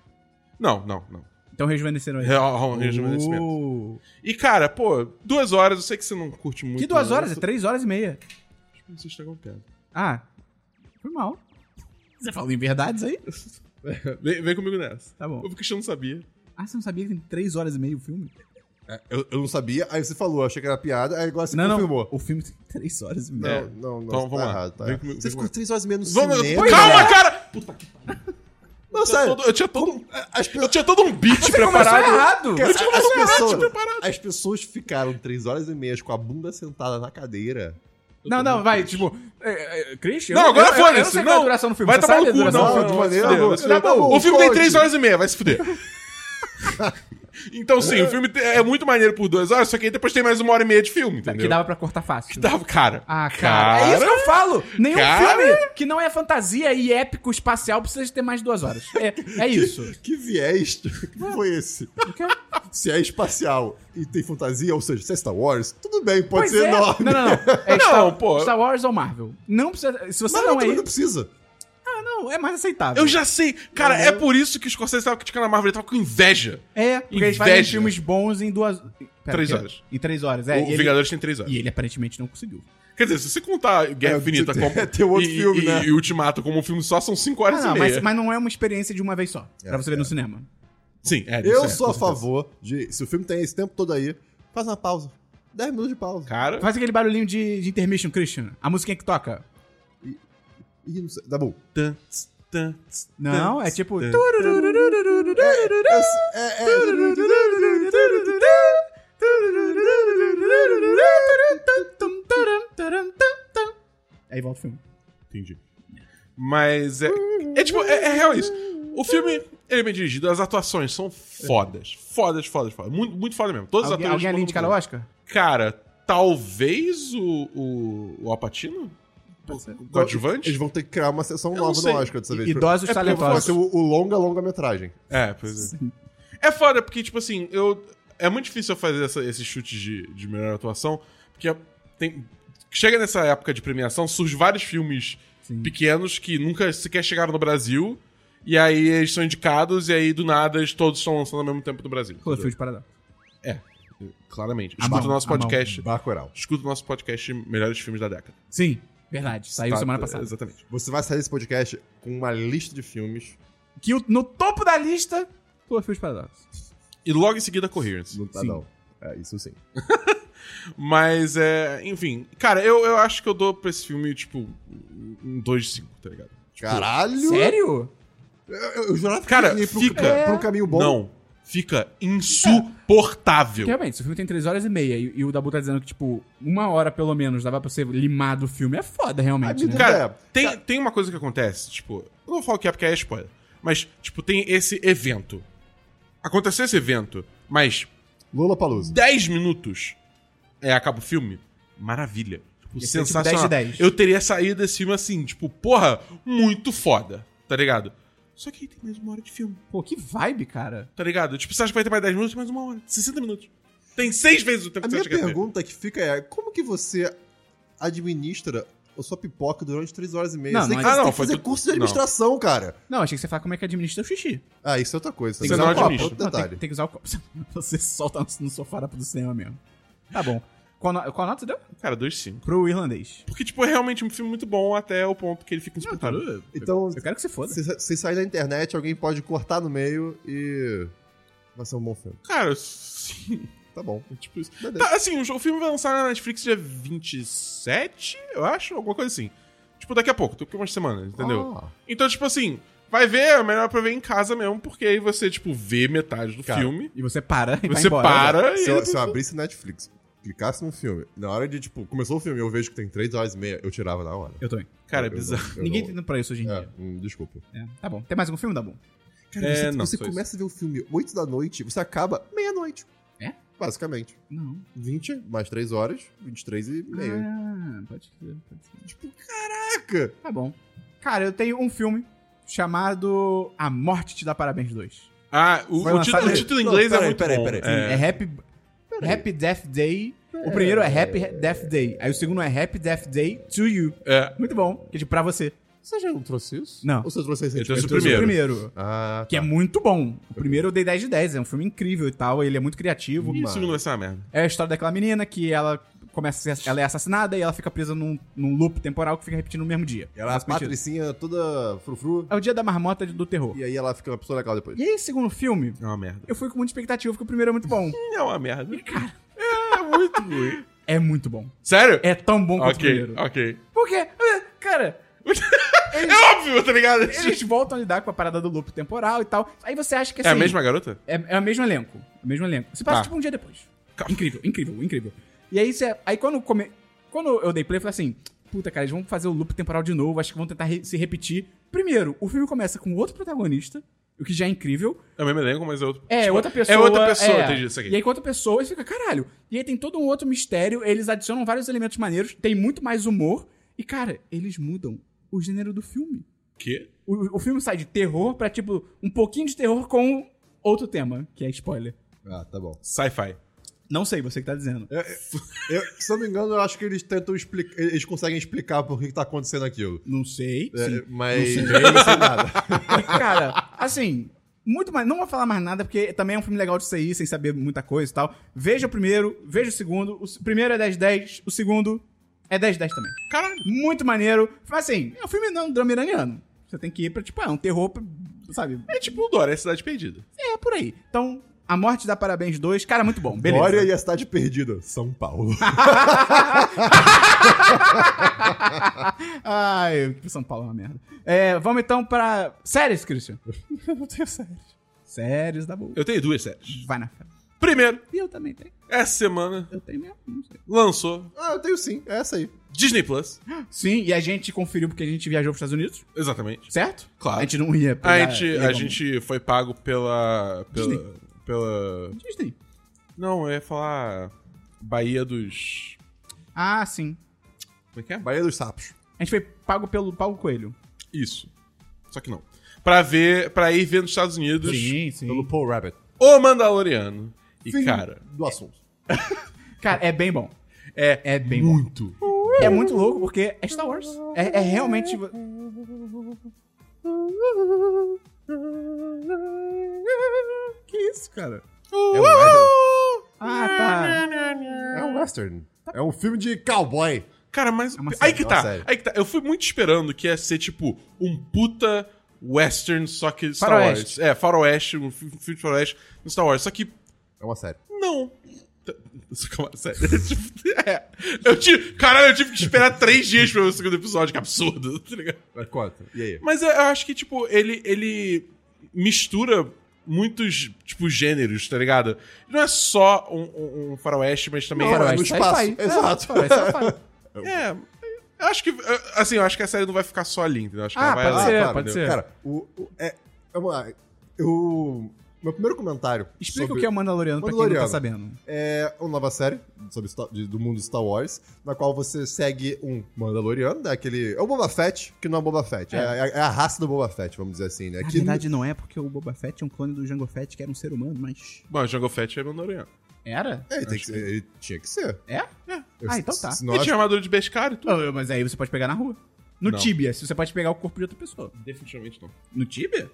C: Não, não, não.
A: Então rejuvenesceram ele.
C: Real, rejuvenescimento.
A: Uh,
C: E, cara, pô, duas horas, eu sei que você não curte muito. né? tá
A: que duas
C: não,
A: horas? É
C: eu sou-
A: três horas e meia.
C: Acho que Você estragou a piada. *laughs*
A: Ah, foi mal. Você falou em verdades aí?
C: Vem, vem comigo nessa.
A: Tá bom.
C: O Cristiano não sabia.
A: Ah, você não sabia que tem três horas e meia o filme?
D: É, Eu, eu não sabia, aí você falou, achei que era piada, aí agora você
A: não,
D: confirmou.
A: não. O filme tem 3 horas e meia.
D: Não,
C: É.
D: não, não.
C: Então, vamos
D: tá
C: lá.
D: errado, tá
C: Vem
D: errado.
C: comigo,
D: Você
C: vem
D: ficou
C: comigo.
D: três horas e meia no
C: Vamos-
D: cinema.
C: Calma,
A: é.
C: cara! Puta que
A: Tá
D: Não,
C: eu,
D: sério.
C: todo- eu tinha todo um. Eu tinha todo um beat
A: Começou
C: preparado.
A: errado!
D: As, as pessoas,
C: preparado.
D: as pessoas ficaram três horas e meia com a bunda sentada na cadeira.
A: Não, não, vai, tipo. é, é, Chris, eu-
C: Não, agora
A: eu- eu- Eu não
C: foda-se.
A: sei qual é a
C: Não,
A: duração do filme.
C: Vai
A: você tá
C: tomar
A: sabe a
C: no cu,
A: duração
C: não.
A: do
D: Não,
A: filme?
D: de
C: não,
D: maneira
C: se fuder,
D: alguma.
C: se fuder.
D: Tá bom,
C: O filme tem
D: pode.
C: 3 horas e meia, vai se fuder. *laughs* Então, sim, o filme te- é muito maneiro por duas horas, só que aí depois tem mais uma hora e meia de filme, entendeu?
A: Tá, Que dava pra cortar fácil.
C: Que dava, cara.
A: Ah, cara, É isso que eu falo. Nenhum
C: Cara.
A: filme que não é fantasia e épico espacial precisa de ter mais de duas horas. É, é
C: *laughs*
A: isso.
D: Que viés que foi esse? Se é espacial e tem fantasia, ou seja, se é Star Wars, tudo bem,
A: Pois
D: pode ser
A: é.
D: enorme.
A: Não, não, não. É
C: Não,
A: Star,
C: pô.
A: Star Wars ou Marvel. Não precisa. Se você
D: *laughs* Mas
A: não é.
D: também não precisa.
A: Ah, não. É mais aceitável.
C: Eu já sei. Cara,
A: Uhum.
C: é por isso que o Scorsese tava criticando a Marvel, ele tava com inveja.
A: É, porque eles fazem
C: Inveja.
A: filmes bons em duas. Pera,
C: Três
A: que-
C: horas.
A: Em três horas,
C: o
A: é. E ele,
C: Vingadores tem 3 horas.
A: e ele aparentemente não conseguiu.
C: Quer dizer, se você contar Guerra
D: É,
C: Infinita
D: tem-
A: *laughs*
C: como.
D: tem outro
C: e,
D: filme,
C: e-
D: né?
C: e Ultimato como um filme só, são 5 horas
A: Ah, não,
C: e
A: mas,
C: meia.
A: mas não é uma experiência de uma vez só. pra você ver
D: é.
A: no cinema.
C: Sim, é. isso
D: Eu
C: é,
D: sou
C: com
D: a
C: certeza.
D: favor de, se o filme tem esse tempo todo aí, faz uma pausa. 10 minutos de pausa.
C: Cara.
A: Faz aquele barulhinho de, de intermission, Christian. A musiquinha que toca.
D: Ih, não sei, tá bom.
C: Tan, tss, tan, tss,
A: Não,
C: tan,
A: é
C: tss,
A: tipo.
C: tan.
D: É, é, é,
A: Aí volta o filme.
C: Entendi. Mas é. É tipo, é, é real isso. O filme, ele é bem dirigido, as atuações são fodas. Fodas, fodas, fodas. Muito, muito foda mesmo. Todos os
A: Alguém,
C: atores.
A: alguém ali
C: mandam
A: de cada
C: muito
A: Oscar?
C: bem. Cara, talvez o. O, o Alpatino? O coadjuvante?
D: Então, Eles vão ter que criar uma sessão
C: Eu não
D: nova
C: sei.
D: no Oscar dessa vez.
A: Idosos
C: É porque eu
D: Vai ser
A: talentosos.
D: o, o longa, longa metragem.
C: É, pois é. É foda, porque, tipo assim, eu. É muito difícil eu fazer essa, esses chutes de, de melhor atuação, porque tem. Chega nessa época de premiação, surgem vários filmes
A: Sim.
C: pequenos que nunca sequer chegaram no Brasil, e aí eles são indicados, e aí do nada eles todos estão lançando ao mesmo tempo no Brasil.
A: Cloverfield Paradox.
C: Claramente.
A: A
C: Escuta
A: mão,
C: o nosso
A: a mão.
C: podcast.
D: Bacurau.
C: Escuta o nosso podcast Melhores Filmes da Década.
A: Sim, verdade. Saiu
C: Tá-
A: semana passada.
C: Exatamente.
D: Você vai sair desse podcast com uma lista de filmes.
A: Que o- no topo da lista, Cloverfield Paradox.
C: E logo em seguida, Coherence.
D: Não tá,
A: Sim.
D: não. É, isso sim.
C: Mas, é, enfim. Cara, eu, eu acho que eu dou pra esse filme, tipo, um 2 de 5, tá ligado? Tipo,
D: Caralho!
A: Sério?
D: Eu, eu- eu jurava que
C: Cara,
D: eu ia pra um-
C: fica.
D: pra, um caminho bom. É.
C: Não. Fica insuportável.
A: Realmente, se o filme tem 3 horas e meia e, e o Dabu tá dizendo que, tipo, uma hora pelo menos dava pra você limar do filme, é foda realmente,
D: Ah,
A: né?
D: me
C: Cara,
D: É,
C: tem, tem uma coisa que acontece, tipo, eu não vou falar o que é porque é spoiler, mas, tipo, tem esse evento. Aconteceu esse evento, mas
D: Lula Palusa.
C: 10 minutos é, acaba o filme, maravilha. Tipo,
A: Ia ser, tipo,
C: sensacional.
A: 10 de 10.
C: Eu teria saído desse filme assim, tipo, porra, muito foda, tá ligado? Só que aí tem mais uma hora de filme,
A: Pô, que vibe, cara.
C: tá ligado? Tipo, você acha que vai ter mais 10 minutos, mais uma hora, 60 minutos. Tem seis vezes o tempo
D: A
C: que você
D: minha
C: acha que ia ter.
D: pergunta que fica é: como que você administra a sua pipoca durante três horas e meia?
A: Não,
D: você tem
A: não
D: que,
A: é-
D: você
C: Ah, não,
D: tem que
C: foi
D: fazer
C: tudo-
D: curso de
C: não.
D: administração, cara.
A: Não, achei que você ia falar como é que administra o xixi.
D: Ah, isso é outra coisa.
A: Tem
C: Você
A: que
C: não
A: usar o copo.
C: administra.
A: Não,
D: Outro
A: tem-
D: detalhe.
A: tem, que usar o copo. *laughs* Você solta no sofá do cinema mesmo. Tá bom. Qual, no- qual nota você deu?
C: Cara, 2 5.
A: Pro irlandês.
C: Porque, tipo, é realmente um filme muito bom até o ponto que ele
D: Ah,
C: fica insuportável.
D: Então,
A: Eu quero que você foda.
D: se, se sair da internet, alguém pode cortar no meio e. Vai ser um bom filme.
C: Cara, sim.
D: Tá bom.
C: É Tipo isso.
D: Beleza.
C: Tá, assim, o jo- o filme vai lançar na Netflix dia 27, eu acho, alguma coisa assim. Tipo, daqui a pouco, daqui a umas semanas, entendeu?
D: Ah.
C: Então, tipo assim, vai ver, é melhor pra ver em casa mesmo, porque aí você, tipo, vê metade do
D: Cara,
C: filme,
A: E você para e vai
C: você
A: embora.
C: para e...
D: Se eu, se eu abrisse Netflix, clicasse no filme, na hora de, tipo, começou o filme e eu vejo que tem três horas e meia, eu tirava na hora.
A: Eu também.
C: Cara, é
D: Eu não-
C: bizarro.
D: eu
A: Ninguém
D: não-
A: tá indo pra isso hoje em
D: É,
A: dia.
D: hum, desculpa.
A: É. Tá bom. Tem mais algum filme, Dabu?
D: Cara,
C: É,
D: você,
C: não,
D: você
C: só isso.
D: começa a ver o filme 8 da noite, você acaba meia-noite.
A: É?
D: Basicamente.
A: Não.
D: 20 mais 3 horas, 23 e meia.
A: Ah, pode ser. Pode ser.
D: Tipo, caraca!
A: Tá bom. Cara, eu tenho um filme chamado A Morte Te Dá Parabéns 2.
C: Ah, o,
A: Foi
C: o
A: lançado-
C: título, o título em inglês
D: Não,
C: é
D: peraí,
C: muito
D: peraí,
C: bom.
D: peraí.
A: É, Happy, Happy Death Day. O primeiro é Happy Death Day. Aí o segundo é Happy Death Day to You.
C: É, é.
A: Muito bom. Que é de pra você.
D: Você já não trouxe isso?
A: Não.
D: Ou você trouxe
C: Eu
D: recentemente?
C: trouxe o
A: Eu sou
C: primeiro.
A: o primeiro.
D: Ah,
A: Que é muito bom. O primeiro eu dei 10 de 10. É um filme incrível e tal. Ele é muito criativo.
C: E o segundo vai ser uma merda.
A: É a história daquela menina que ela começa a ser- ela é assassinada e ela fica presa num, num loop temporal que fica repetindo no mesmo dia.
D: Ela é a
A: Faz sentido.
D: patricinha toda frufru.
A: É o dia da marmota do terror.
D: E aí ela fica uma pessoa legal depois.
A: E aí, segundo filme,
C: É uma merda.
A: eu fui com muita expectativa, porque o primeiro é muito bom.
C: É uma merda. Cara. É
D: *laughs*
C: muito ruim.
A: É muito bom.
C: Sério?
A: É tão
D: um
A: bom quanto o
C: ok, Ah.
A: primeiro.
C: ok.
A: Porque, eh, cara,
C: *laughs* É óbvio, tá ligado?
A: eles voltam a lidar com a parada do loop temporal e tal. Aí você acha que
C: É a
A: assim,
C: mesma garota?
A: É, é o mesmo elenco. É o mesmo elenco. Se passa
C: Tá.
A: tipo um dia depois.
C: Tá.
A: Incrível, incrível, incrível. E aí você. Aí quando, come- quando eu dei play, eu falei assim: puta, cara, eles vão fazer o loop temporal de novo, acho que vão tentar re- se repetir. Primeiro, o filme começa com outro protagonista, o que já é incrível.
C: É o mesmo elenco, mas é outro.
A: É,
C: tipo,
A: outra pessoa.
C: É outra pessoa,
A: é.
C: entendi isso aqui.
A: E aí, com outra pessoa, você fica, caralho. E aí tem todo um outro mistério, eles adicionam vários elementos maneiros, tem muito mais humor. E, cara, eles mudam o gênero do filme.
C: Que?
A: O, o filme sai de terror pra, tipo, um pouquinho de terror com outro tema, que é spoiler.
D: Ah, tá bom.
C: Sci-fi.
A: Não sei, você que tá dizendo.
D: Eu- eu- eu- se eu não me engano, eu acho que eles tentam explicar. Eles conseguem explicar por que, que tá acontecendo aquilo.
A: Não sei.
D: É,
A: Sim.
D: mas
A: Não
D: eu não sei nada.
A: Cara, assim, muito mais. Não vou falar mais nada, porque também é um filme legal de sair sem saber muita coisa e tal. Veja o primeiro, veja o segundo. O s- primeiro é 10-10, o segundo é 10-10 também.
C: Caralho.
A: Muito maneiro. Mas assim, é um filme não, drama iraniano. Você tem que ir pra, tipo, é um terror, pra- sabe?
C: É tipo o Dora, é Cidade Perdida.
A: É por aí. Então, A Morte dá Parabéns 2, cara, muito bom. *laughs* Beleza.
D: Glória e a Cidade Perdida. São Paulo.
A: *laughs* Ai, São Paulo é uma merda. É, vamos então pra séries, Christian.
B: *laughs* Eu não tenho séries.
A: Séries da boa.
C: Eu tenho duas séries.
A: Vai na fé.
C: Primeiro,
A: E eu também tenho.
C: essa semana
A: Eu tenho mesmo, não sei.
C: lançou
D: *laughs* ah, eu tenho sim. É essa aí.
C: Disney Plus.
A: Sim, e a gente conferiu porque a gente viajou pros Estados Unidos,
C: Exatamente.
A: certo?
C: Claro.
A: A gente não ia pegar-
C: A gente,
A: ia
C: a
A: como-
C: gente foi pago pela. pela.
A: Disney.
C: pela.
A: Disney.
C: Não, eu ia falar. Bahia dos.
A: Ah, sim.
C: Como é que é?
D: Bahia dos Sapos.
A: A gente foi pago pelo Paulo Coelho.
C: Isso. Só que não. Pra ver. Pra ir ver nos Estados Unidos
A: sim.
D: Pelo Paul Rabbit.
C: o Mandaloriano. E,
D: Fim
C: cara,
D: Do assunto.
A: Cara, é bem bom.
C: é,
A: É bem bom.
C: muito.
A: É muito louco porque é Star Wars. É, é realmente. Que isso, cara?
D: É um western.
A: Ah, tá.
D: É um western. É um filme de cowboy.
C: Cara, mas.
A: uma série,
C: aí que
D: é uma
C: tá.
D: série.
C: Aí que tá. Eu fui muito esperando que ia ser, tipo, um puta western, só que Star Wars.
A: Faroeste.
C: É, faroeste, um fi- filme de faroeste no Star Wars. Só que
D: É uma série.
C: Não. *laughs* T- Calma, sério. *laughs* É. Eu tive, caralho, eu tive que esperar três dias pra ver o segundo episódio, que absurdo, *laughs* tá ligado?
D: Mas conta. E aí?
C: Mas eu eu acho que, tipo, ele, ele mistura muitos, tipo, gêneros, tá ligado? Não é só um, um- um faroeste, mas também...
D: Não,
C: é,
D: é no espaço. Exato.
A: Então,
C: é, eu acho que, eu- assim, eu acho que a série não vai ficar só ali, entendeu? Eu Acho que
A: Ah,
C: ela vai
A: pode ser,
C: entendeu?
A: pode ser.
D: Cara, o. o- é, é uma- eu. Meu primeiro comentário.
A: Explica o
D: sobre-
A: que é o Mandaloriano pra quem não tá
D: Mandaloriano.
A: sabendo.
D: é uma nova série sobre Star- de- do mundo Star Wars, na qual você segue um Mandaloriano, né? Aquele, é o Boba Fett, que não é o Boba Fett. É, é- é a raça do Boba Fett, vamos dizer assim, né?
A: Na
D: que
A: verdade, não é porque o Boba Fett é um clone do Jango Fett, que era um ser humano, mas.
C: Bom, Jungle Fett é mandaloriano.
A: Era?
D: É, ele, tem que ser- ele tinha que ser. é
A: É?
D: Eu-
A: Ah, então tá.
D: se não,
C: Ele tinha armadura de Beskar e tudo.
A: Ah, Mas aí você pode pegar na rua. No
C: Não.
A: Tibia, se você pode pegar o corpo de outra pessoa.
C: Definitivamente não.
A: No Tibia?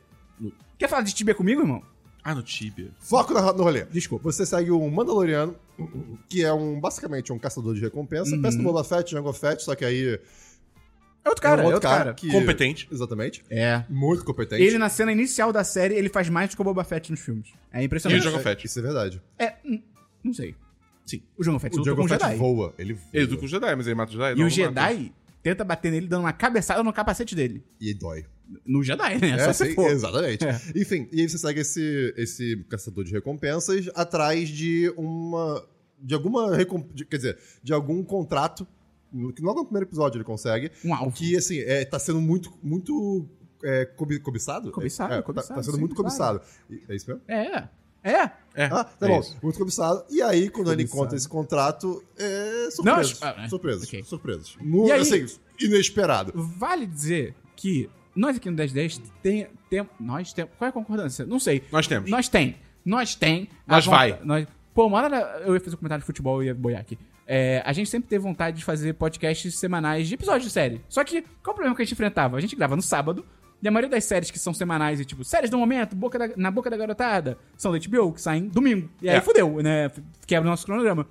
A: Quer falar de Tibia comigo, irmão?
C: Ah, no Tibia.
D: Foco na- no rolê.
A: Desculpa.
D: Você segue um Mandaloriano, que é um basicamente um caçador de recompensa.
A: Uhum.
D: Peça no Boba Fett, Jango Fett, só que aí.
A: É outro cara,
D: é
A: é outro cara.
D: que-
C: Competente.
D: Exatamente.
A: É.
D: Muito competente.
A: Ele, na cena inicial da série, ele faz mais do que o Boba Fett nos filmes. É
C: E o
A: impressionante.
C: Jango Fett.
D: Isso é verdade.
A: É, hum, não sei.
C: Sim.
A: O Jango Fett
D: O
A: lutou
D: Jango
A: com um
D: Fett
A: Jedi. é
D: voa. Ele voa.
C: Ele é do com o Jedi, mas ele mata o Jedi.
A: E
C: não,
A: o
C: não mata.
A: Jedi tenta bater nele dando uma cabeçada no capacete dele.
D: E dói.
A: No Jedi, né? Só
D: É,
A: se
D: sim,
A: for.
D: Exatamente. Enfim, e aí você segue esse, esse caçador de recompensas atrás de uma. de alguma. recom- de- quer dizer, de algum contrato. no- que Logo no primeiro episódio ele consegue.
A: Um alvo.
D: Que, assim, é, tá sendo muito. muito é, cobi- cobiçado?
A: Cobiçado,
D: É, tá-
A: cobiçado,
D: Tá, sendo
A: sim,
D: muito cobiçado.
A: claro.
D: E- É isso mesmo?
A: É. É.
C: É,
D: Ah, tá
C: é
D: bom.
C: isso.
D: Muito cobiçado. E aí, quando ele
A: Cobiçado.
D: encontra esse contrato, é. surpreso.
A: Não, acho- ah, é.
D: Surpreso.
A: Ok.
D: Surpreso. Mu-
A: E aí-
D: assim, inesperado.
A: Vale dizer que nós aqui no 1010 tem, tem, nós temos... Qual é a concordância? Não sei.
C: Nós temos.
A: Nós tem. Nós tem. a
C: Nós
A: vonta-
C: vai.
A: Nós... Pô, uma hora eu ia fazer um comentário de futebol e ia boiar aqui. É, a gente sempre teve vontade de fazer podcasts semanais de episódios de série. Só que, qual é o problema que a gente enfrentava? A gente grava no sábado, e a maioria das séries que são semanais e tipo, séries do momento, boca da- na boca da garotada, são da HBO, que saem domingo. E aí
C: É.
A: fudeu, né? Quebra o nosso cronograma.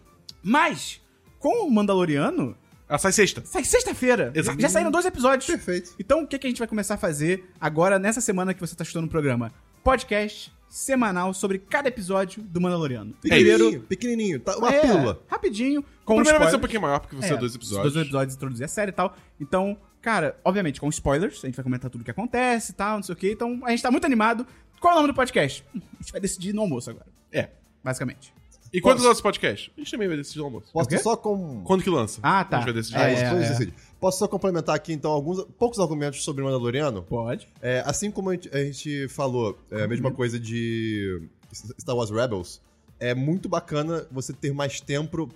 A: Mas, com o Mandaloriano,
C: Ela sai sexta.
A: sai sexta-feira.
C: Exato.
A: Já saíram dois episódios.
D: Perfeito.
A: Então, o que, que a gente vai começar a fazer agora, nessa semana que você tá estudando o programa? Podcast semanal sobre cada episódio do Mandaloriano.
D: Pequenininho, pequenininho. Tá, uma
A: É,
D: pílula.
A: Rapidinho.
C: O
A: Com
C: primeiro vai ser um
A: spoilers.
C: pouquinho maior, porque vão ser
A: É,
C: dois
A: os
C: episódios.
A: Dois episódios, introduzir a série e tal. Então, cara, obviamente, com spoilers, a gente vai comentar tudo o que acontece e tal, não sei o quê. Então, a gente tá muito animado. Qual é o nome do podcast? Hum, A gente vai decidir no almoço agora,
C: É.
A: basicamente.
C: E quando lança o podcast? A gente também vai decidir o almoço.
A: o quê?
D: Posso só com...
C: Quando que lança?
A: Ah, tá.
C: A gente vai decidir.
A: É,
D: Ah,
C: o
D: isso,
C: almoço.
D: tudo isso,
A: é.
D: Cid. Posso só complementar aqui, então, alguns, poucos argumentos sobre o Mandaloriano?
A: Pode.
D: É, assim como a gente, a gente falou, é, a
A: Uhum.
D: mesma coisa de Star Wars Rebels, é muito bacana você ter mais tempo...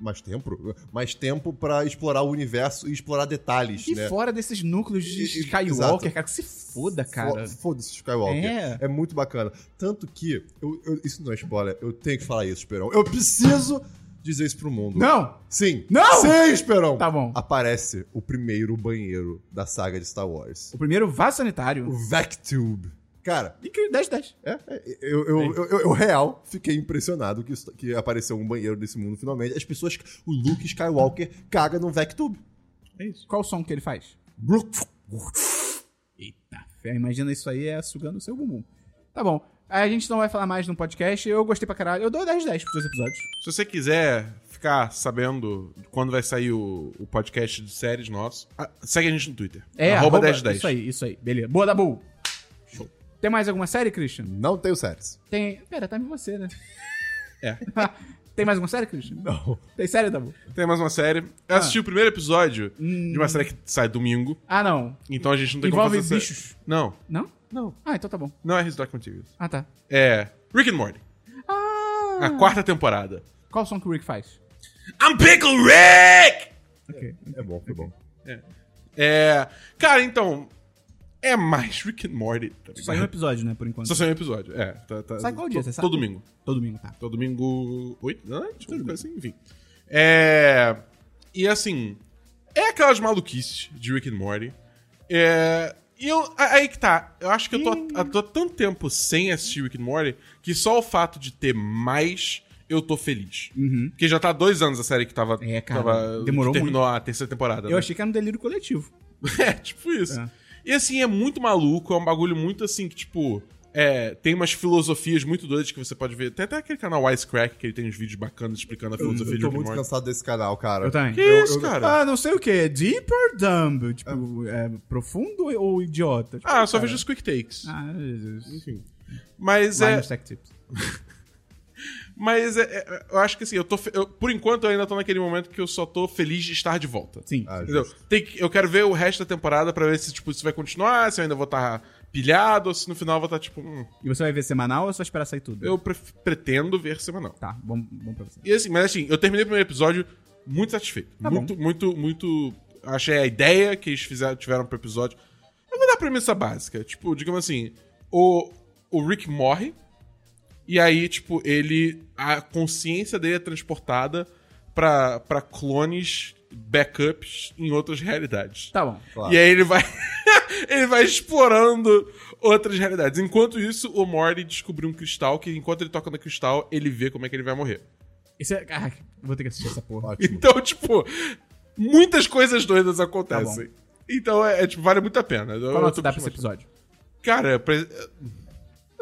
D: Mais tempo? Mais tempo pra explorar o universo e explorar detalhes,
A: E
D: né?
A: fora desses núcleos de
D: E- e-
A: Skywalker,
D: exato.
A: cara, que se foda, cara.
D: Fo- Foda-se Skywalker.
A: É.
D: É. muito bacana. Tanto que, eu- eu- isso não é spoiler, eu tenho que falar isso, Esperão. Eu preciso dizer isso pro mundo.
A: Não!
D: Sim.
A: Não!
D: Sim, Esperão!
A: Tá bom.
D: Aparece o primeiro banheiro da saga de Star Wars.
A: O primeiro vaso
D: O
A: sanitário.
C: Uhum.
D: Vectube. Cara,
A: Incrível, 10 10.
D: é, é, eu, eu, eu, eu- eu real fiquei impressionado que, isso- que apareceu um banheiro desse mundo finalmente. As pessoas. O Luke Skywalker caga no Vectube.
A: Qual o som que ele faz? Eita, fé, imagina isso aí é sugando o seu bumbum. Tá bom. A gente não vai falar mais no podcast. Eu gostei pra caralho. Eu dou 10 10 pros dois episódios.
C: Se você quiser ficar sabendo quando vai sair o, o podcast de séries nosso, ah, segue a gente no Twitter.
A: É,
C: arroba 1010.
A: Isso aí, isso aí. Beleza. Boa, Dabu. Show. Tem mais alguma série, Christian?
D: Não tenho sets.
A: Tem... Pera, tá em você, né?
C: É.
A: *laughs* Tem mais alguma série, Christian? Não. Tem série, Dabu?
C: Tem mais uma série. Eu assisti o primeiro episódio de uma série que sai domingo,
A: Ah, não.
C: então a gente não tem
A: Hum. Envolve
C: como fazer...
A: bichos.
C: Não,
A: Não? Não. Ah, então tá bom.
C: não é His Dark Materials.
A: Ah, tá.
C: É Rick and Morty,
A: Ah!
C: a quarta temporada.
A: Qual o som que o Rick faz?
C: I'm Pickle Rick!
A: Ok.
D: É bom, foi bom.
C: É... Cara, então... É mais Rick and Morty. Tá ligado?
A: Saiu um episódio, né, por enquanto.
C: Só saiu um episódio, é. Tá, tá-
A: Sai qual dia,
C: to-
A: você sabe?
C: Todo domingo.
A: Todo domingo, tá.
C: Todo domingo 8 da noite, alguma coisa assim, enfim. É. E assim. É aquelas maluquices de Rick and Morty. É. E eu. a- Aí que tá. Eu acho que eu tô, eu tô há tanto tempo sem assistir Rick and Morty que só o fato de ter mais. Eu tô feliz. Porque já tá há dois anos a série que tava.
A: É, cara,
C: tava-
A: demorou
C: que terminou a terceira temporada.
A: Eu
C: né?
A: achei que era um delírio coletivo.
C: *laughs* É, tipo isso.
A: É.
C: E assim, é muito maluco, é um bagulho muito assim que, tipo, é, tem umas filosofias muito doidas que você pode ver. Tem até aquele canal Wisecrack, que ele tem uns vídeos bacanas explicando a filosofia
D: Eu
C: de
D: tô
C: Rick and
D: muito
C: Morty.
D: cansado desse canal, cara.
A: Eu também.
C: Que
D: Eu-
C: isso,
D: eu-
C: cara?
A: Ah, não sei o que. Deep or dumb? Tipo, é, profundo ou idiota? Tipo,
C: Ah, só vejo os quick takes.
A: Ah, Jesus.
C: Enfim. Mas
A: Lá
C: é.
A: nos Tech Tips.
C: Mas é, é- eu acho que assim, eu tô. fe- eu- por enquanto, eu ainda tô naquele momento que eu só tô feliz de estar de volta.
A: Sim.
D: Ah,
C: Entendeu? Tem que- eu quero ver o resto da temporada pra ver se, tipo, se vai continuar, se eu ainda vou estar pilhado, ou se no final eu vou estar, tipo, hum,
A: E você vai ver semanal ou é só esperar sair tudo?
C: eu pref- pretendo ver semanal.
A: Tá, bom, bom pra você.
C: E assim, mas assim, eu terminei o primeiro episódio muito satisfeito.
A: Tá
C: muito, muito, muito. Achei a ideia que eles fizeram, tiveram pro episódio. Eu vou dar a premissa básica. Tipo, digamos assim, o, o Rick morre. E aí, tipo, ele. A consciência dele é transportada pra, pra clones, backups em outras realidades.
A: Tá bom.
D: Claro.
C: E aí ele vai. *laughs* ele vai explorando outras realidades. Enquanto isso, o Morty descobriu um cristal que, enquanto ele toca no cristal, ele vê como é que ele vai morrer.
A: Isso é... Ah, vou ter que assistir essa porra.
D: Ótimo.
C: *laughs*
D: *laughs*
C: Então, tipo, muitas coisas doidas
A: Tá
C: acontecem. então, é, é, tipo, vale muito a pena. Eu-
A: Qual
C: eu
A: nota você
C: tô
A: dá pra esse
C: acostumado.
A: episódio?
C: Cara, é pre...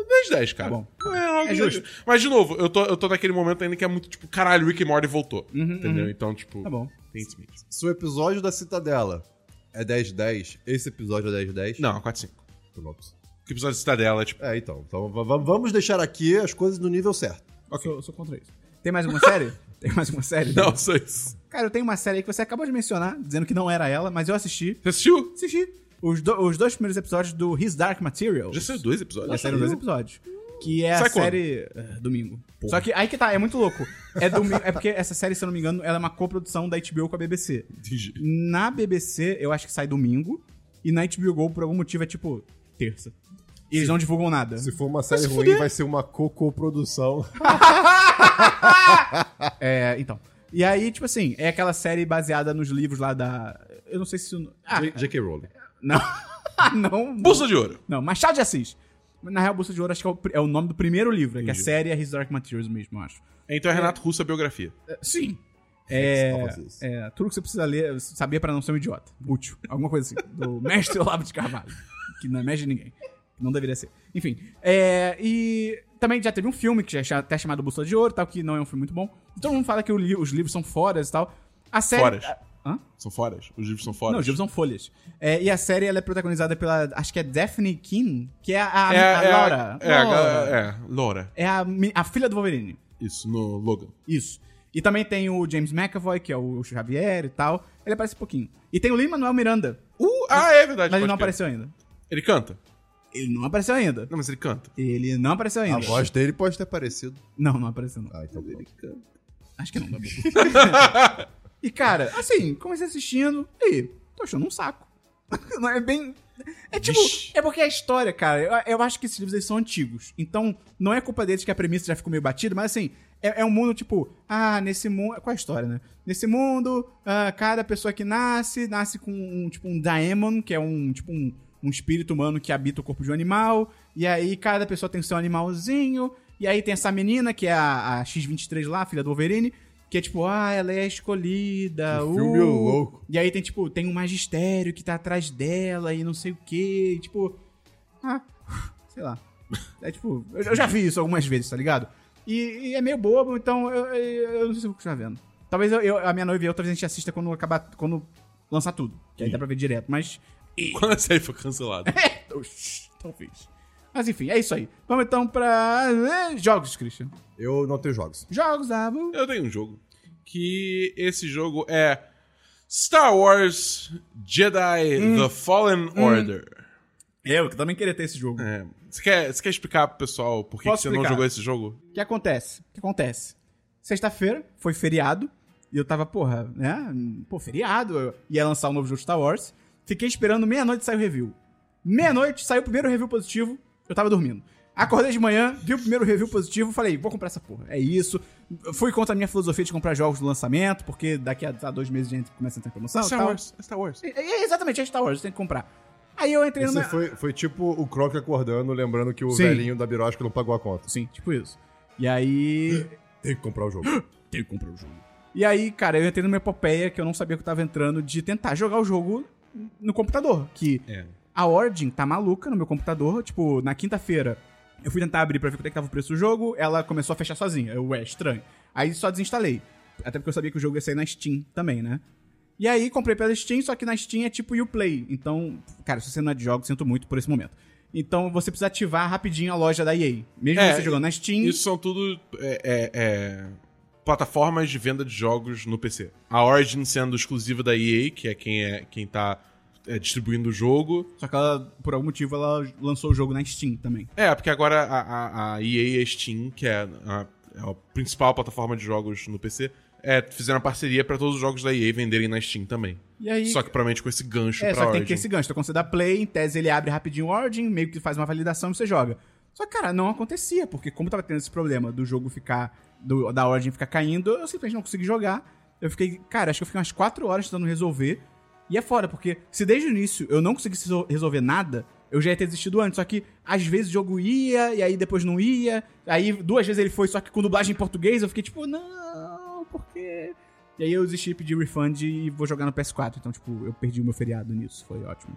C: 10 10, cara.
A: Tá bom.
C: É, algo
A: É justo.
C: exagerado. Mas, de novo, eu tô, eu tô naquele momento ainda que é muito, tipo, caralho, Rick and Morty voltou. entendeu? Então, tipo...
A: Uhum, Tá bom.
C: Tem esse mesmo.
D: Se o episódio da Citadela é 10-10, esse episódio é 10-10.
C: Não, 4 5.
D: Então vamos.
C: Que episódio de Cidadela, é, tipo...
D: É, então. Então v- v- vamos deixar aqui as coisas no nível certo.
A: Eu sou, eu sou contra isso. Tem mais uma
C: *laughs*
A: série? Tem mais uma série?
C: Não, só isso.
A: Cara, eu tenho uma série aí que você acabou de mencionar, dizendo que não era ela, mas eu assisti.
C: Você assistiu?
A: Assisti os, do- os dois primeiros episódios do His Dark Materials.
C: Já Tá saiu dois
A: Já
C: episódios? Uhum.
A: saíram dois episódios. Que é
C: Sai
A: a
C: quando?
A: série. eh, domingo. Só que aí que tá, é muito louco. É, domingo, é porque essa série, se eu não me engano, ela é uma coprodução da HBO com a BBC.
C: Entendi.
A: Na BBC, eu acho que sai domingo. E na HBO Go, por algum motivo, é tipo terça. E eles não divulgam nada.
D: Se for uma série ruim, vai ser uma co-produção.
A: É, então. E aí, tipo assim, é aquela série baseada nos livros lá da. Eu não sei se. o no- Ah,
D: J.K. Rowling.
A: não. Ah, *laughs* não.
C: Bolsa de Ouro.
A: Não, Machado de Assis. Na real, Bolsa de Ouro, acho que é o, pri- é o nome do primeiro livro. É que a série é His Dark Materials mesmo, eu acho.
C: Então é Renato Russo a biografia.
A: Sim. É,
D: Flex, pra fazer isso.
A: é, tudo que você precisa ler, saber pra não ser um idiota. Útil. Alguma coisa assim.
C: *laughs*
A: Do mestre Olavo de Carvalho. Que não é mestre de ninguém. Não deveria ser. Enfim. é, e também já teve um filme que já é até chamado Bússola de Ouro e tal, que não é um filme muito bom. Todo mundo fala que o li- os livros são foras e tal. A série.
C: Foras.
A: Hã?
C: São foras? Os livros são
A: Não, os
C: foras?
A: livros são folhas. É, e a série ela é protagonizada pela. Acho que é Daphne Keane, que é a, a,
C: é,
A: a
C: é,
A: Laura.
C: É, a
A: Laura.
C: galera- é, Laura.
A: É a mi- a filha do Wolverine.
C: Isso, no Logan.
A: Isso. E também tem o James McAvoy, que é o Xavier e tal. Ele aparece um pouquinho. E tem o Lin-Manuel Miranda,
C: Uh, ah, é verdade.
A: mas ele
C: pode
A: não
C: crer.
A: apareceu ainda.
C: Ele canta?
A: Ele não apareceu ainda.
C: Não, mas ele canta.
A: Ele não apareceu ainda.
D: A voz dele pode ter parecido.
A: Não, não apareceu não.
D: Ah, então pronto.
A: Acho que não, tá bom. *laughs* e cara, assim, comecei assistindo e tô achando um saco. *laughs* Não é bem. É tipo.
C: Vixe.
A: É porque a história, cara, eu, eu acho que esses livros eles são antigos. Então, não é culpa deles que a premissa já ficou meio batida, mas assim, é, é um mundo tipo. Ah, nesse mundo. Qual é a história, né? Nesse mundo, ah, cada pessoa que nasce, nasce com um, tipo, um daemon, que é um, tipo, um, um espírito humano que habita o corpo de um animal. E aí, cada pessoa tem o seu animalzinho. E aí tem essa menina, que é a, a X-23 lá, filha do Wolverine, que é tipo, ah, ela é a escolhida.
D: Que filme é
A: uh.
D: louco.
A: E aí tem, tipo, tem um magistério que tá atrás dela e não sei o quê. E, tipo, ah, *laughs* sei lá. É tipo, eu, eu já vi isso algumas vezes, tá ligado? E, e é meio bobo, então eu, eu, eu não sei se eu vou continuar vendo. Talvez eu, eu- a minha noiva e eu, talvez a gente assista quando acabar, quando lançar tudo. Que aí dá pra ver direto, mas
C: *laughs* Quando a série
A: *laughs*
C: foi cancelada.
A: Oxi, Talvez. Mas enfim, é isso aí. Vamos então pra eh, jogos, Christian.
D: Eu não tenho jogos.
A: Jogos, ah, bu-
C: Eu tenho um jogo. Que esse jogo é Star Wars Jedi
A: Hum.
C: The Fallen Order.
A: Eu que também queria ter esse jogo.
C: É. Você quer, você quer explicar pro pessoal por que, que
A: Posso
C: você não
A: explicar.
C: jogou esse jogo?
A: O que acontece? O que acontece? Sexta-feira foi feriado e eu tava, porra, né? Pô, feriado, eu ia lançar o novo jogo de Star Wars. Fiquei esperando meia-noite sair o review. Meia-noite saiu o primeiro review positivo, eu tava dormindo. Acordei de manhã, vi o primeiro review positivo, falei, vou comprar essa porra. É isso. Fui contra a minha filosofia de comprar jogos do lançamento, porque daqui a, a dois meses a gente começa a entrar em promoção. e
C: Star
A: tal.
C: Wars. é Star Wars.
A: É, é, exatamente, é Star Wars, tem que comprar. Aí eu entrei
D: Esse
A: numa...
D: foi, foi tipo o Croc acordando, lembrando que o
A: é- Sim.
D: velhinho da Birosca não pagou a conta.
A: Sim, tipo isso. E aí...
D: Tem que comprar o jogo.
A: tem que comprar o jogo. E aí, cara, eu entrei numa epopeia que eu não sabia que eu tava entrando de tentar jogar o jogo no computador. Que
C: É.
A: a Origin tá maluca no meu computador. Tipo, na quinta-feira, eu fui tentar abrir pra ver quanto é que tava o preço do jogo. Ela começou a fechar sozinha. Eu, ué, estranho. Aí só desinstalei. Até porque eu sabia que o jogo ia sair na Steam também, né? E aí comprei pela Steam, só que na Steam é tipo Uplay. Então, cara, se você não é de jogo, sinto muito por esse momento. Então você precisa ativar rapidinho a loja da EA. Mesmo
C: É,
A: você jogando na Steam.
C: Isso são tudo é, é, é, plataformas de venda de jogos no PC. A Origin sendo exclusiva da EA, que é quem, é, quem tá é, distribuindo o jogo.
A: Só que ela, por algum motivo, ela lançou o jogo na Steam também.
C: É, porque agora a, a, a EA e a Steam, que é a, é a principal plataforma de jogos no PC, é, fizeram uma parceria pra todos os jogos da EA venderem na Steam também.
A: E aí.
C: Só que provavelmente com esse gancho
A: é,
C: pra
A: só que tem
C: Origin.
A: que ter esse gancho. Então, quando você dá play, em tese ele abre rapidinho o Origin, meio que faz uma validação e você joga. Só que, cara, não acontecia, porque como tava tendo esse problema do jogo ficar. do- da Origin ficar caindo, eu simplesmente não consegui jogar. Eu fiquei. Cara, acho que eu fiquei umas 4 horas tentando resolver. E é foda, porque se desde o início eu não conseguisse resol- resolver nada, eu já ia ter desistido antes. Só que às vezes o jogo ia, e aí depois não ia. Aí duas vezes ele foi, só que com dublagem em português, eu fiquei tipo, não, por quê? E aí eu desisti, pedi refund e vou jogar no PS4. Então, tipo, eu perdi o meu feriado nisso. Foi *laughs* ótimo.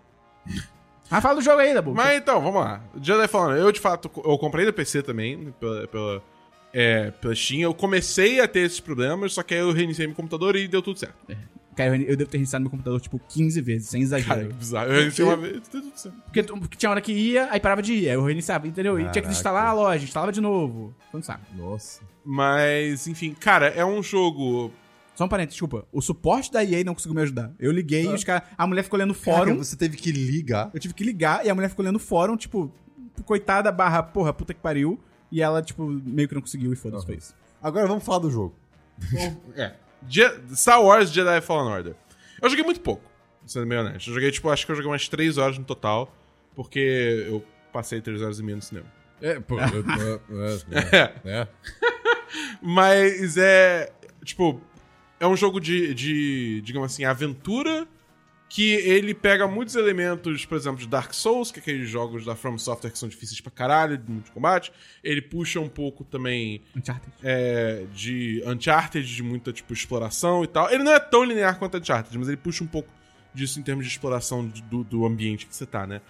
A: Ah, fala do jogo aí, Dabu.
C: Mas então, vamos lá. Jedi falando, eu de fato, co- eu comprei no PC também, pela, pela, é, pela Steam. Eu comecei a ter esses problemas, só que aí eu reiniciei meu computador e deu tudo certo.
A: Cara, eu devo ter reiniciado meu computador, tipo, 15 vezes, sem
C: Cara,
A: exagero.
C: que bizarro. Eu reiniciei uma vez, deu tudo certo.
A: Porque, tu- porque tinha hora que ia, aí parava de ir, aí eu reiniciava, entendeu? E tinha que
D: Caraca.
A: desinstalar a loja, instalava de novo. Foi um saco.
D: Nossa.
C: Mas, enfim, cara, é um jogo.
A: Só um parênteses, desculpa. O suporte da EA não conseguiu me ajudar. Eu liguei e os caras. A mulher ficou lendo
D: Fora
A: fórum.
D: você teve que ligar.
A: Eu tive que ligar e a mulher ficou lendo fórum, tipo, coitada barra, porra, puta que pariu. E ela, tipo, meio que não conseguiu e foda-se, foi isso.
D: Agora vamos falar do jogo.
C: É. Je- Star Wars Jedi Fallen Order. Eu joguei muito pouco, sendo bem honesto. Eu joguei, tipo, acho que eu joguei umas 3 horas no total, porque eu passei 3 horas e meia no cinema. *laughs*
D: É, pô. é,
C: Mas é. Tipo, é um jogo de, de digamos assim, aventura que ele pega muitos elementos, por exemplo, de Dark Souls, que é aqueles jogos da From Software que são difíceis pra caralho, de combate. Ele puxa um pouco também
A: Uncharted.
C: é, de Uncharted, de muita tipo, exploração e tal. Ele não é tão linear quanto Uncharted, mas ele puxa um pouco disso em termos de exploração do- do, do ambiente que você tá, né?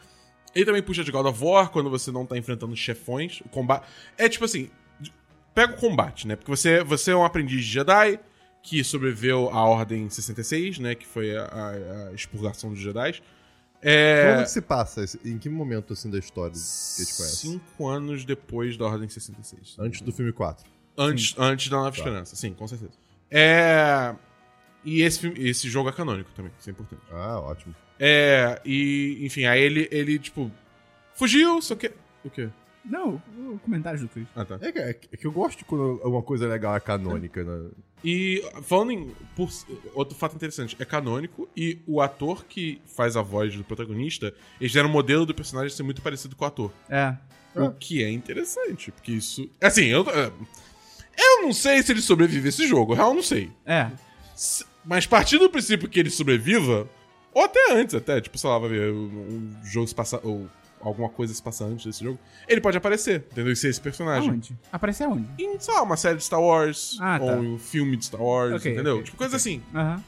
C: Ele também puxa de God of War quando você não tá enfrentando chefões. O combate. É tipo assim. de- Pega o combate, né? Porque você, você é um aprendiz de Jedi que sobreviveu à Ordem 66, né? Que foi a, a- a expurgação dos Jedi. É.
D: Como que se passa? esse- Em que momento, assim, da história que a gente conhece?
C: Cinco anos depois da Ordem 66.
D: Antes do filme 4.
C: Antes, antes da Nova
D: Tá.
C: Esperança, sim, com certeza. É. E esse, filme- esse jogo é canônico também, isso é importante.
D: Ah, ótimo.
C: É, e, enfim, aí ele, ele tipo, fugiu, só que. O quê?
A: Não, o o comentário do Chris.
C: Ah, tá.
D: É que, é que eu gosto quando uma coisa legal é canônica, né?
C: E, falando em. por- outro fato interessante, é canônico e o ator que faz a voz do protagonista, eles deram um modelo do personagem ser muito parecido com o ator.
A: É.
C: O que é interessante, porque isso. Assim, eu. Eu não sei se ele sobrevive a esse jogo, eu real não sei.
A: É.
C: Se- Mas partindo do princípio que ele sobreviva, ou até antes, até, tipo, sei lá, vai ver, um um jogo se passa, ou alguma coisa se passa antes desse jogo, ele pode aparecer, entendeu? E ser esse personagem.
A: Aonde? Aparece aonde?
C: Em, sei lá, uma série de Star Wars,
A: Ah, tá.
C: ou em um filme de Star Wars,
A: Ok,
C: entendeu?
A: ok,
C: tipo, coisa assim.
A: Aham.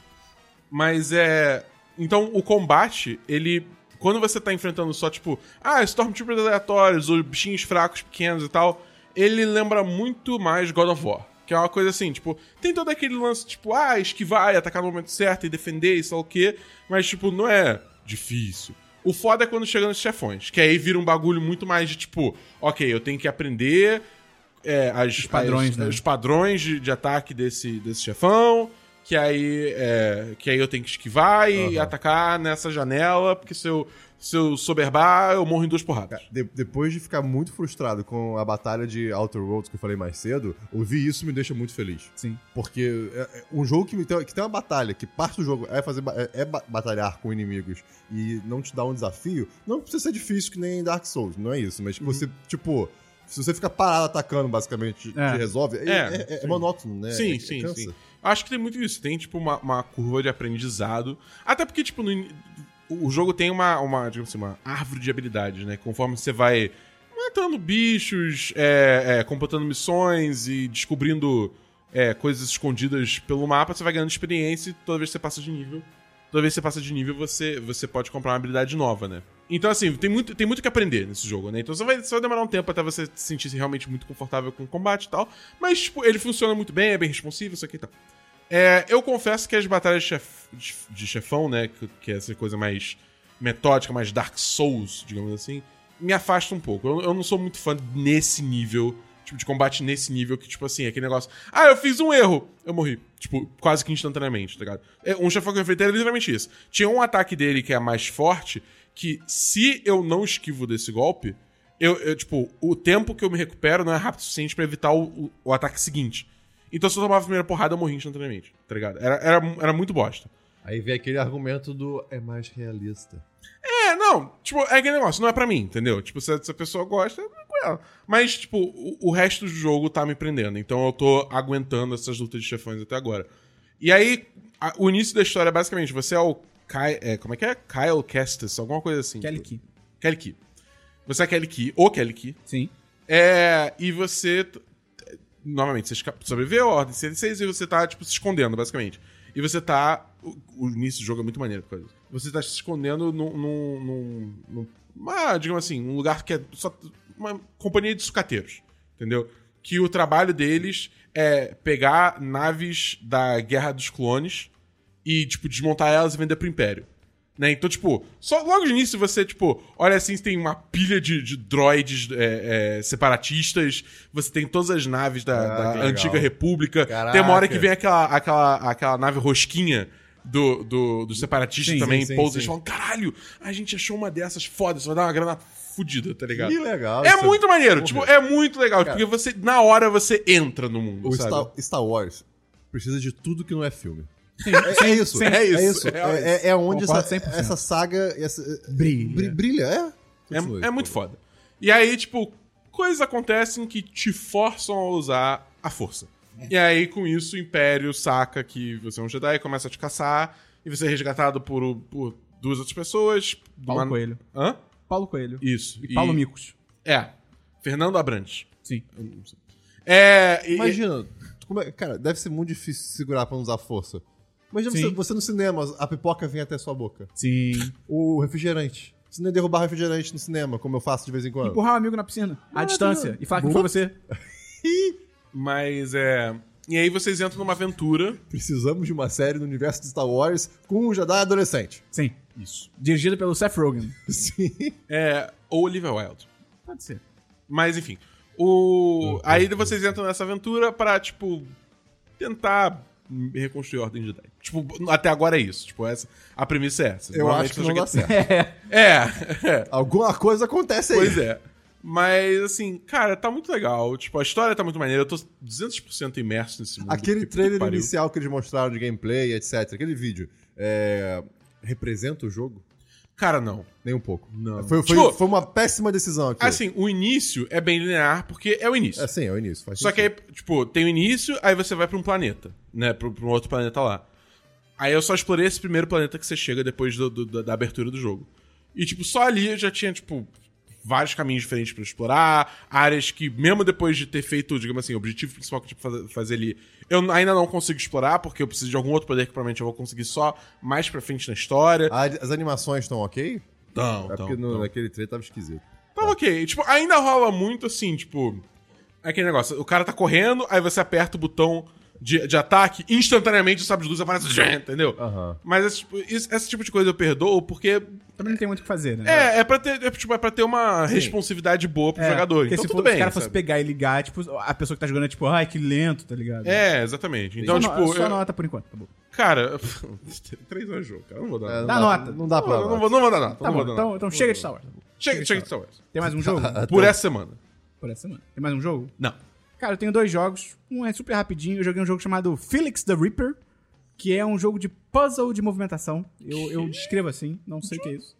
C: Mas é. Então, o combate, ele. Quando você tá enfrentando só, tipo, ah, Stormtroopers aleatórios, ou bichinhos fracos, pequenos e tal, ele lembra muito mais God of War. Que é uma coisa assim, tipo, tem todo aquele lance, tipo, ah, esquivar e atacar no momento certo e defender e sei lá o quê. Mas, tipo, não é difícil. O foda é quando chega nos chefões, que aí vira um bagulho muito mais de, tipo, ok, eu tenho que aprender é, as-
A: padrões,
C: as-
A: né?
C: os padrões de, de ataque desse, desse chefão, que aí, é, que aí eu tenho que esquivar e atacar nessa janela, porque se eu, se eu soberbar, eu morro em duas porradas.
D: De- depois de ficar muito frustrado com a batalha de Outer Worlds que eu falei mais cedo, ouvir isso me deixa muito feliz.
A: Sim.
D: Porque é- é um jogo que, me tem, que tem uma batalha, que parte do jogo é, fazer, ba- é, é ba- batalhar com inimigos e não te dá um desafio, não precisa ser difícil que nem Dark Souls, não é isso. Mas
C: Uhum.
D: que você, tipo, se você ficar parado atacando, basicamente,
A: É.
D: te resolve. É,
C: É,
D: é- é
C: sim.
D: monótono, né?
C: Sim,
D: É- é
C: sim,
D: cansa.
C: sim. Acho que tem muito isso. Tem, tipo, uma, uma curva de aprendizado. Até porque, tipo, no in- o jogo tem uma, uma, digamos assim, uma árvore de habilidades, né? Conforme você vai matando bichos, é, é, completando missões e descobrindo é, coisas escondidas pelo mapa, você vai ganhando experiência e toda vez que você passa de nível. Toda vez que você passa de nível, você, você pode comprar uma habilidade nova, né? Então, assim, tem muito, tem muito que aprender nesse jogo, né? Então, só vai, só vai demorar um tempo até você se sentir realmente muito confortável com o combate e tal. Mas, tipo, ele funciona muito bem, é bem responsivo, isso aqui e tal. É, eu confesso que as batalhas de, chef- de- de chefão, né? Que, que é essa coisa mais metódica, mais Dark Souls, digamos assim, me afasta um pouco. Eu, eu não sou muito fã nesse nível, tipo, de combate nesse nível, que, tipo assim, aquele negócio. Ah, eu fiz um erro! Eu morri. Tipo, quase que instantaneamente, tá ligado? É, um chefão que eu enfrentei era literalmente isso. Tinha um ataque dele que é mais forte, que se eu não esquivo desse golpe, eu, eu, tipo, o tempo que eu me recupero não é rápido o suficiente pra evitar o, o- o ataque seguinte. Então, se eu tomava a primeira porrada, eu morri instantaneamente, tá ligado? Era, era, era muito bosta.
D: Aí vem aquele argumento do é mais realista.
C: É, não, tipo, é aquele negócio, não é pra mim, entendeu? Tipo, se, se a pessoa gosta, é com ela. Mas, tipo, o, o resto do jogo tá me prendendo, então eu tô aguentando essas lutas de chefões até agora. E aí, a- o início da história é basicamente, você é o Kai, é, como é que é? Kyle Kestis, alguma coisa assim.
A: Kelly
C: tipo.
A: Key.
C: Kelly Key. Você é Kelly Key, ou Kelly Key,
A: Sim.
C: É, e você. t- Novamente, você esca- sobreviveu à Ordem 66 e você tá, tipo, se escondendo, basicamente. E você tá. O, o início do jogo é muito maneiro por causa disso. Você tá se escondendo num. num, num, num- uma, digamos assim, um lugar que é só. Uma companhia de sucateiros, entendeu? Que o trabalho deles é pegar naves da Guerra dos Clones e, tipo, desmontar elas e vender pro Império. Né? Então, tipo, só logo de início você, tipo, olha assim, você tem uma pilha de, de droides é, é, separatistas, você tem todas as naves da,
D: Ah,
C: da
D: que legal.
C: antiga república.
D: Caraca.
C: Tem uma hora que vem aquela, aquela, aquela nave rosquinha do, do, dos separatistas
D: Sim,
C: também,
D: sim, sim,
C: pousa,
D: sim.
C: eles falam, caralho, a gente achou uma dessas, foda, isso vai dar uma grana fudida, tá ligado?
D: Que legal.
C: É
D: isso.
C: muito maneiro,
D: Porra.
C: tipo, é muito legal, porque você, na hora, você entra no mundo,
D: O
C: sabe?
D: Star, Star Wars precisa de tudo que não é filme. *laughs* É, é isso,
A: sim,
D: é isso. É,
C: real isso.
D: é- é onde essa,
A: Concordo 100%.
D: essa saga essa,
A: Brilha.
D: bri- brilha, é? Continue.
C: É, é muito foda. E aí, tipo, coisas acontecem que te forçam a usar a força. E aí, com isso, o Império saca que você é um Jedi, começa a te caçar, e você é resgatado por, o- por duas outras pessoas.
A: Paulo
C: uma-
A: Coelho.
C: Hã?
A: Paulo Coelho.
C: Isso.
A: E Paulo Micos.
C: É. Fernando Abrantes.
A: Sim.
C: Eu não sei. É. e-
D: Imagina, como é- cara, deve ser muito difícil segurar pra não usar força. Imagina você,
A: Sim.
D: você no cinema, a pipoca vem até a sua boca.
A: Sim.
D: O refrigerante. Você não ia derrubar refrigerante no cinema, como eu faço de vez em quando.
A: Empurrar um amigo na piscina, à distância, e falar que foi você.
C: Mas é. E aí vocês entram numa aventura.
D: Precisamos de uma série no universo de Star Wars com um Jedi adolescente. *laughs*
A: Sim.
C: Isso.
A: Dirigido pelo Seth Rogen.
D: Sim.
C: É. Ou Olivia Wilde.
A: Pode ser.
C: Mas enfim. O. Aí vocês entram nessa aventura pra, tipo, tentar reconstruir a ordem Jedi. Tipo, até agora é isso. Tipo, essa, a premissa é essa.
D: Eu
C: Normalmente
D: acho que
C: eu
D: não dá
C: joguei-
D: certo.
A: É.
C: É, *laughs* é.
D: Alguma coisa acontece aí.
C: Pois é. Mas, assim, cara, tá muito legal. Tipo, a história tá muito maneira. Eu tô 200% imerso nesse mundo.
D: Aquele
C: que- que
D: trailer
C: pariu.
D: inicial que eles mostraram de gameplay, etc. Aquele vídeo. é, Representa o jogo?
C: Cara, não.
D: Nem um pouco.
C: Não.
D: Foi, foi-
C: Tipo-
D: foi uma péssima decisão aqui.
C: Assim, o início é bem linear, porque é o início.
D: É, sim, é o início. faz
C: Só que aí, tipo, tem o início, aí você vai pra um planeta, né? Pra, pra um outro planeta lá. Aí eu só explorei esse primeiro planeta que você chega depois do- do- da, da abertura do jogo. E, tipo, só ali eu já tinha, tipo, vários caminhos diferentes pra explorar, áreas que, mesmo depois de ter feito, digamos assim, o objetivo principal que eu tive pra fazer, fazer ali, eu n- ainda não consigo explorar, porque eu preciso de algum outro poder que provavelmente eu vou conseguir só mais pra frente na história.
D: Ah, As animações estão ok?
C: Então,
D: é
C: então,
D: porque no-
C: então.
D: naquele trailer tava esquisito.
C: Tá ok. Tipo, ainda rola muito assim, tipo. Aquele negócio, o cara tá correndo, aí você aperta o botão de, de ataque, instantaneamente o sabre de luz aparece, zhé, *laughs* entendeu?
D: Aham.
C: Mas esse, tipo- esse- esse tipo de coisa eu perdoo porque.
A: Também não tem muito o que fazer, né?
C: É, é pra ter, é, tipo, é pra ter uma responsividade boa pro
A: É,
C: jogador.
A: Porque
C: Então
A: se
C: tudo
A: for-
C: bem.
A: se o cara fosse
C: sabe?
A: pegar e ligar, tipo, a pessoa que tá jogando é tipo, ai, que lento, tá ligado?
C: É, exatamente. Então,
A: Só no-
C: tipo.
A: Só
C: eu- Então
A: nota por enquanto, tá bom.
C: *laughs* Cara, três horas de jogo, cara. eu Não vou dar
D: É, não
C: nada.
A: Dá nota.
D: Não dá
C: Não,
D: pra.
C: vou- não, vou, não vou dar nada.
A: Tá
C: não
A: bom,
C: vou dar
A: então,
C: nada.
A: então chega de Star Wars.
C: Chega, chega de Star Wars.
A: Tem mais um jogo?
C: Por essa semana.
A: Por essa semana. Tem mais um jogo?
C: Não.
A: Cara, eu tenho dois jogos. Um é super rapidinho. Eu joguei um jogo chamado Felix the Reaper, que é um jogo de puzzle de movimentação. Eu, eu descrevo assim, não sei o que é isso.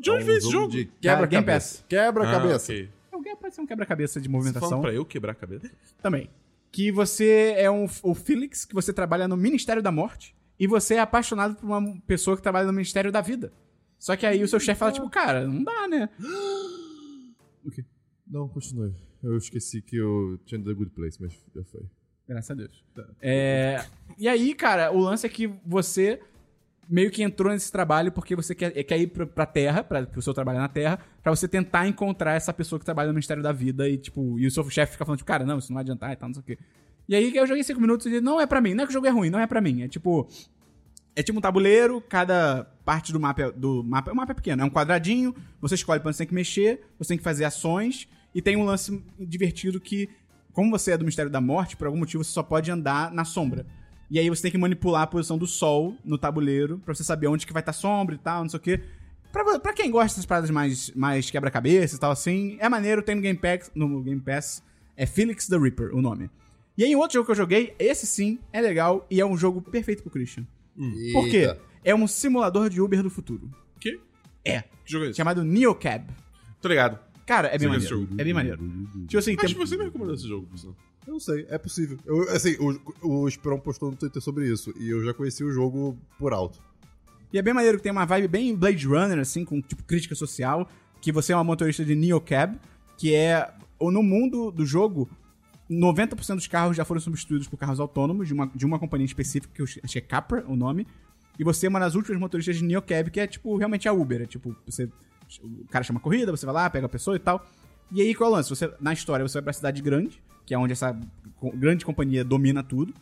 C: De onde veio esse Então, É um jogo?
D: de
A: Game
D: quebra-cabeça.
A: Pass.
D: Quebra-cabeça.
C: Ah, ok.
A: Alguém pode ser um quebra-cabeça de
C: Você tá
A: movimentação
C: falando pra eu quebrar a cabeça?
A: também. Que você é um, o Felix, que você trabalha no Ministério da Morte, e você é apaixonado por uma pessoa que trabalha no Ministério da Vida. Só que aí o seu chefe fala, tipo, cara, não dá, né?
D: Não, continue. Eu esqueci que eu tinha The Good Place, mas já foi.
A: Graças a Deus. É, e aí, cara, o lance é que você meio que entrou nesse trabalho porque você quer, quer ir pra, pra terra, pra, pro seu trabalho na terra, pra você tentar encontrar essa pessoa que trabalha no Ministério da Vida e, tipo, e o seu chefe fica falando, tipo, cara, não, isso não vai adiantar e tal, não sei o quê. E aí eu joguei cinco minutos e ele, não é pra mim, não é que o jogo é ruim, não é pra mim. É tipo. É tipo um tabuleiro, cada parte do mapa, é- do mapa. O mapa é pequeno, é um quadradinho, você escolhe pra onde você tem que mexer, você tem que fazer ações, e tem um lance divertido que, como você é do Mistério da Morte, por algum motivo você só pode andar na sombra. E aí você tem que manipular a posição do sol no tabuleiro pra você saber onde que vai estar sombra e tal, não sei o quê. Pra, vo- pra quem gosta dessas paradas mais, mais quebra-cabeça e tal assim, é maneiro, tem no Game Pass, no Game Pass. É Felix the Reaper o nome. E aí, um outro jogo que eu joguei, esse sim, é legal e é um jogo perfeito pro Christian. Por quê?
D: Eita.
A: É um simulador de Uber do futuro.
C: Que?
A: É.
C: Que jogo é esse?
A: Chamado Neocab.
C: Tô ligado.
A: Cara, é bem
C: Sim,
A: maneiro.
C: esse jogo.
A: É bem maneiro. Tipo assim,
C: Acho
A: tem...
C: que você me recomendou esse jogo, Gustavo.
D: Eu não sei, é possível. Eu, assim, o, o Esperão postou no Twitter sobre isso, e eu já conheci o jogo por alto.
A: E é bem maneiro que tem uma vibe bem Blade Runner, assim, com tipo crítica social, que você é uma motorista de Neocab, que é. ou No mundo do jogo, 90% dos carros já foram substituídos por carros autônomos de uma, de uma companhia específica, que eu acho que é Capra o nome. E você é uma das últimas motoristas de Neocab, que é tipo realmente a Uber. É tipo, você. O cara chama a corrida, você vai lá, pega a pessoa e tal. E aí, qual é o lance? Você, na história, você vai pra cidade grande, que é onde essa co- grande companhia domina tudo,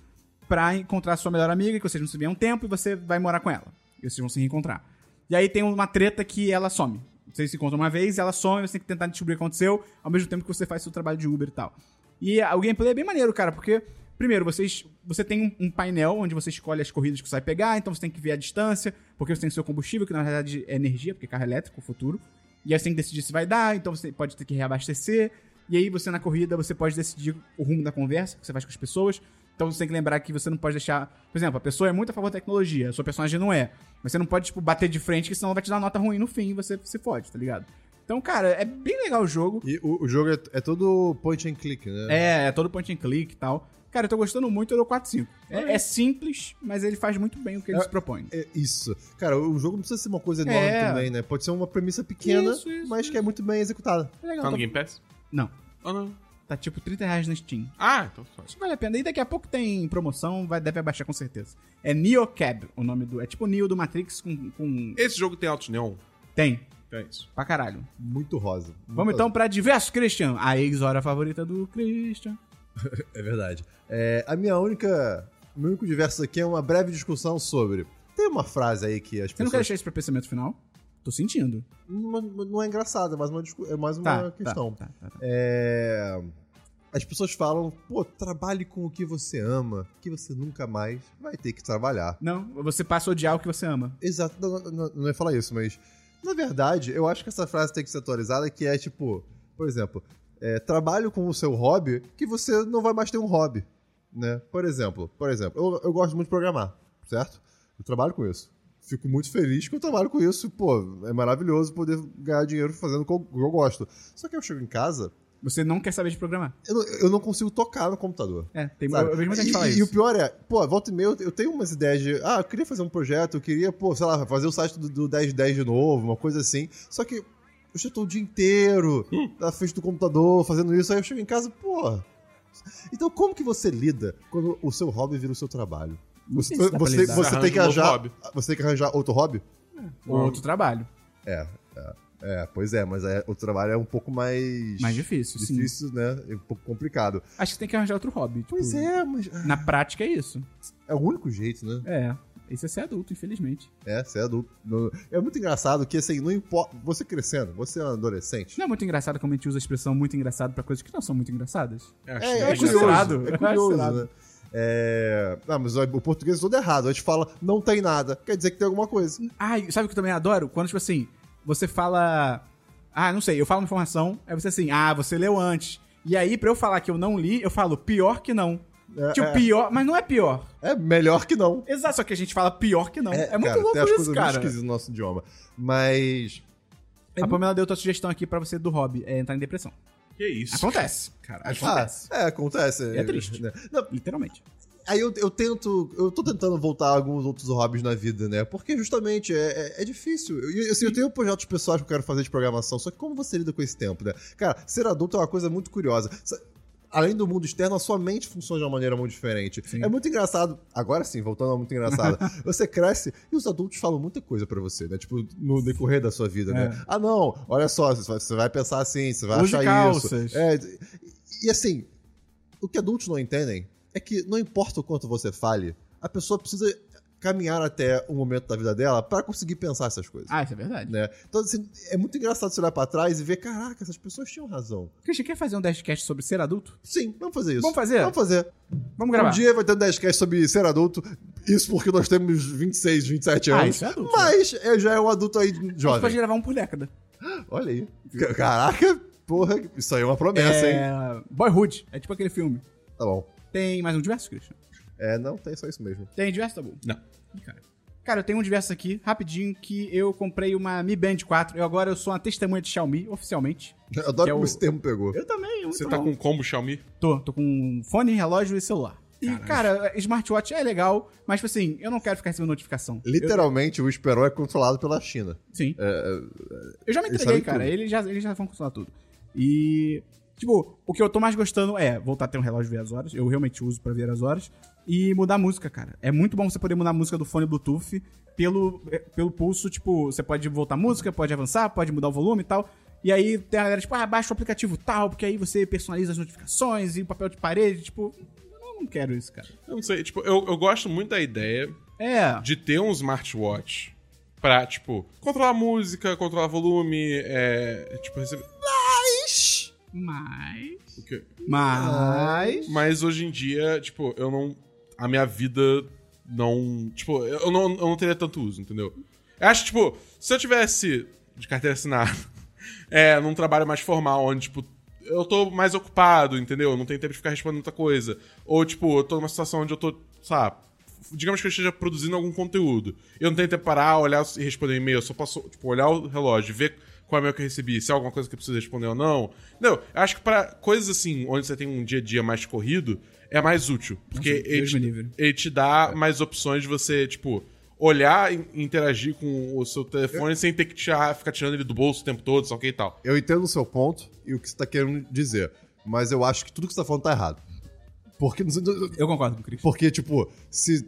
A: pra encontrar sua melhor amiga, que vocês não se vêem há um tempo, e você vai morar com ela. E vocês vão se reencontrar. E aí tem uma treta que ela some. Vocês se encontram uma vez, ela some, você tem que tentar descobrir o que aconteceu, ao mesmo tempo que você faz seu trabalho de Uber e tal. E a- o gameplay é bem maneiro, cara, porque, primeiro, vocês, você tem um, um painel onde você escolhe as corridas que você vai pegar, então você tem que ver a distância, porque você tem o seu combustível, que na verdade é energia, porque carro elétrico, o futuro. E aí você tem que decidir se vai dar, então você pode ter que reabastecer. E aí você na corrida, você pode decidir o rumo da conversa que você faz com as pessoas. Então você tem que lembrar que você não pode deixar... Por exemplo, a pessoa é muito a favor da tecnologia, a sua personagem não é. Mas você não pode, tipo, bater de frente, que senão vai te dar nota ruim no fim e você se fode, tá ligado? Então, cara, é bem legal o jogo.
D: E o, o jogo é, é todo point and click, né?
A: É, é todo point and click e tal. Cara, eu tô gostando muito, eu dou 4-5. É, é simples, mas ele faz muito bem o que ele
D: É,
A: se propõe.
D: É isso. Cara, o jogo não precisa ser uma coisa enorme
A: É.
D: também, né? Pode ser uma premissa pequena,
A: Isso, isso,
D: mas que é muito bem executada.
A: É legal,
C: Tá no
A: tá-
C: Game Pass?
A: Não,
C: Ou não?
A: tá tipo 30 reais na Steam.
C: Ah, então só.
A: Isso vale a pena. E daqui a pouco tem promoção, vai, deve abaixar com certeza. É NeoCab o nome do. É tipo Neo do Matrix com. com...
C: Esse jogo tem altos neon.
A: Tem,
C: Então é isso.
A: pra caralho.
D: Muito rosa. Muito
A: Vamos
D: rosa.
A: então pra Diverso Christian, a ex-hora favorita do Christian.
D: É verdade. É, a minha única. O meu único diverso aqui é uma breve discussão sobre. Tem uma frase aí
A: Você
D: que as
A: não quer
D: pessoas.
A: deixar isso pra pensamento final? Tô sentindo.
D: Não, não é engraçada, mas uma discu- é mais
A: Tá,
D: uma
A: tá,
D: questão.
A: tá, tá, tá.
D: É, As pessoas falam, pô, trabalhe com o que você ama, que você nunca mais vai ter que trabalhar.
A: Não, você passa a odiar o que você ama.
D: Exato, não, não, não ia falar isso, mas. Na verdade, eu acho que essa frase tem que ser atualizada, que é tipo, por exemplo, é, trabalho com o seu hobby que você não vai mais ter um hobby. Né? Por exemplo, por exemplo, eu, eu gosto muito de programar, certo? Eu trabalho com isso. Fico muito feliz que eu trabalho com isso. Pô, é maravilhoso poder ganhar dinheiro fazendo o que eu- o que eu gosto. Só que eu chego em casa,
A: Você não quer saber de programar.
D: eu não, eu não consigo tocar no computador.
A: É, tem
D: Sabe?
A: eu vejo muita
D: E-
A: gente falar
D: e,
A: isso.
D: e o pior é, pô, volta e meia, eu- eu tenho umas ideias de, ah, eu queria fazer um projeto, eu queria, pô, sei lá, fazer o site do, do 1010 de novo, uma coisa assim. Só que eu já tô o dia inteiro
A: Hum.
D: na frente do computador fazendo isso, aí eu chego em casa, pô. Então, como que você lida quando o seu hobby vira o seu trabalho?
A: Não sei
D: Você,
A: se dá pra
D: você,
A: lidar.
D: você tem é que
C: Arranja um novo
D: arranjar,
C: hobby.
D: você tem que arranjar outro hobby?
A: Ou outro trabalho.
D: É, é, é, pois é, mas é, o trabalho é um pouco mais,
A: Mais difícil, sim.
D: difícil, né? É um pouco complicado.
A: Acho que tem que arranjar outro hobby. tipo,
D: Pois é, mas
A: Na prática é isso.
D: é o único jeito, né?
A: É. Isso é ser adulto, infelizmente.
D: É, você é adulto. Não- É muito engraçado que, assim, não importa. Você crescendo, você é um adolescente.
A: Não é muito engraçado como a gente usa a expressão muito engraçado pra coisas que não são muito engraçadas?
C: É,
D: É,
A: bem
D: é
A: engraçado.
D: curioso. É curioso,
A: Engraçado.
D: né? É... Ah, mas o o português é todo errado. A gente fala, não tem nada. Quer dizer que tem alguma coisa.
A: Ai, sabe o que eu também adoro? Quando, tipo assim, você fala. Ah, não sei, eu falo uma informação, aí você assim, ah, você leu antes. E aí, pra eu falar que eu não li, eu falo pior que não.
D: É,
A: tipo,
D: é-
A: pior, mas não é pior.
D: é melhor que não.
A: Exato, só que a gente fala pior que não. É, muito
D: cara,
A: louco
D: tem as
A: isso,
D: coisas muito
A: cara.
D: esquisitas no nosso idioma. Mas.
A: A Pamela deu outra sugestão aqui pra você do hobby, é entrar em depressão.
C: Que isso?
D: É
A: Acontece.
C: Caralho.
A: Acontece.
D: Ah, é, acontece.
A: É triste.
D: né? Não,
A: Literalmente.
D: aí eu, eu tento. Eu tô tentando voltar a alguns outros hobbies na vida, né? Porque justamente é, é- é difícil. Eu, eu- assim, eu tenho projetos pessoais que eu quero fazer de programação, só que como você lida com esse tempo, né? Cara, ser adulto é uma coisa muito curiosa. Sa- Além do mundo externo, a sua mente funciona de uma maneira muito diferente.
A: Sim.
D: É muito engraçado. Agora sim, voltando ao muito
A: *laughs*
D: engraçado. você cresce e os adultos falam muita coisa pra você, né? Tipo, no decorrer da sua vida,
A: É.
D: né? Ah, não, olha só, você vai- você vai pensar assim, você vai
A: Use
D: achar
A: calças.
D: isso. É, e- e assim, o que adultos não entendem é que não importa o quanto você fale, a pessoa precisa caminhar até o momento da vida dela pra conseguir pensar essas coisas.
A: Ah, isso é verdade.
D: Né? Então, assim, é muito engraçado você olhar pra trás e ver, caraca, essas pessoas tinham razão.
A: Christian, quer fazer um dashcast sobre ser adulto?
D: Sim, vamos fazer isso.
A: Vamos fazer?
D: Vamos fazer.
A: Vamos gravar.
D: Um dia vai ter um 10 sobre ser adulto, isso porque nós temos 26, 27
A: Ah,
D: anos.
A: isso é adulto,
D: Mas eu já é um adulto aí
A: A gente pode
D: jovem.
A: gravar um por década.
D: Olha aí. Ca- Caraca, porra, isso aí é uma promessa, hein?
C: assim?
A: É, Boyhood. É tipo aquele filme.
D: Tá bom.
A: Tem mais um diverso, Christian?
D: É, não, tem só isso mesmo.
A: Tem diverso, tá bom?
C: Não.
A: Cara. Cara, eu tenho um diverso aqui, rapidinho, que eu comprei uma Mi Band 4. Eu agora eu sou uma testemunha de Xiaomi, oficialmente.
D: Eu adoro
A: Que é
D: como
A: o-
D: esse termo pegou.
A: Eu também, eu
C: Você tá com combo Xiaomi?
A: Tô, tô com fone, relógio e celular. E, cara, smartwatch é legal, mas, tipo assim, eu não quero ficar recebendo notificação.
D: Literalmente, o Esperon é controlado pela China.
A: Eu- sim.
D: É,
A: Eu já me
D: Eles
A: entreguei,
D: sabem
A: cara.
D: tudo.
A: Eles já, eles já vão controlar tudo. E, tipo, o que eu tô mais gostando é voltar a ter um relógio ver as horas. Eu realmente uso pra ver as horas. E mudar a música, cara. É muito bom você poder mudar a música do fone Bluetooth pelo, eh, pelo pulso. Tipo, você pode voltar a música, pode avançar, pode mudar o volume e tal. E aí tem a galera, tipo, ah, baixa o aplicativo tal, porque aí você personaliza as notificações e o papel de parede. Tipo, eu não quero isso, cara.
C: Eu não sei. Tipo, eu, eu gosto muito da ideia
A: É.
C: de ter um smartwatch pra, tipo, controlar música, controlar volume, é. Tipo, receber.
A: Mas.
C: O quê?
A: Mas.
C: Mas hoje em dia, tipo, eu não. A minha vida não. Tipo, eu não, eu não teria tanto uso, entendeu? Eu acho, tipo, se eu tivesse de carteira assinada, *laughs* é, num trabalho mais formal, onde, tipo, eu tô mais ocupado, entendeu? Eu Não tenho tempo de ficar respondendo muita coisa. Ou, tipo, eu tô numa situação onde eu tô, sabe, digamos que eu esteja produzindo algum conteúdo. Eu não tenho tempo de parar, olhar e responder e-mail, eu só posso, tipo, olhar o relógio, ver qual e-mail que eu recebi, se é alguma coisa que eu preciso responder ou não. Não, acho que pra coisas assim, onde você tem um dia a dia mais corrido, é mais útil. Porque
A: Nossa,
C: ele,
A: Deus me
C: te,
A: livre. É.
C: ele te dá mais opções de você, tipo, olhar e interagir com o seu telefone sem ter que tirar, ficar tirando ele do bolso o tempo todo, só que e tal.
D: Eu entendo o seu ponto e o que você tá querendo dizer, mas eu acho que tudo que você tá falando tá errado. Porque, *laughs*
A: Eu concordo com o Cris.
D: porque tipo, se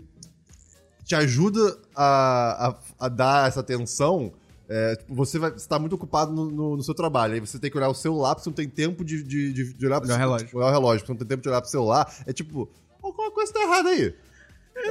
D: te ajuda a, a, a dar essa atenção, é, tipo, você vai estar muito ocupado no, no- no seu trabalho. Aí você tem que olhar o celular, porque você não tem tempo de, de, de, de olhar pro tipo,
A: Olhar o relógio.
D: Olhar o relógio, porque você não tem tempo de olhar pro celular. É tipo, alguma coisa tá errada aí.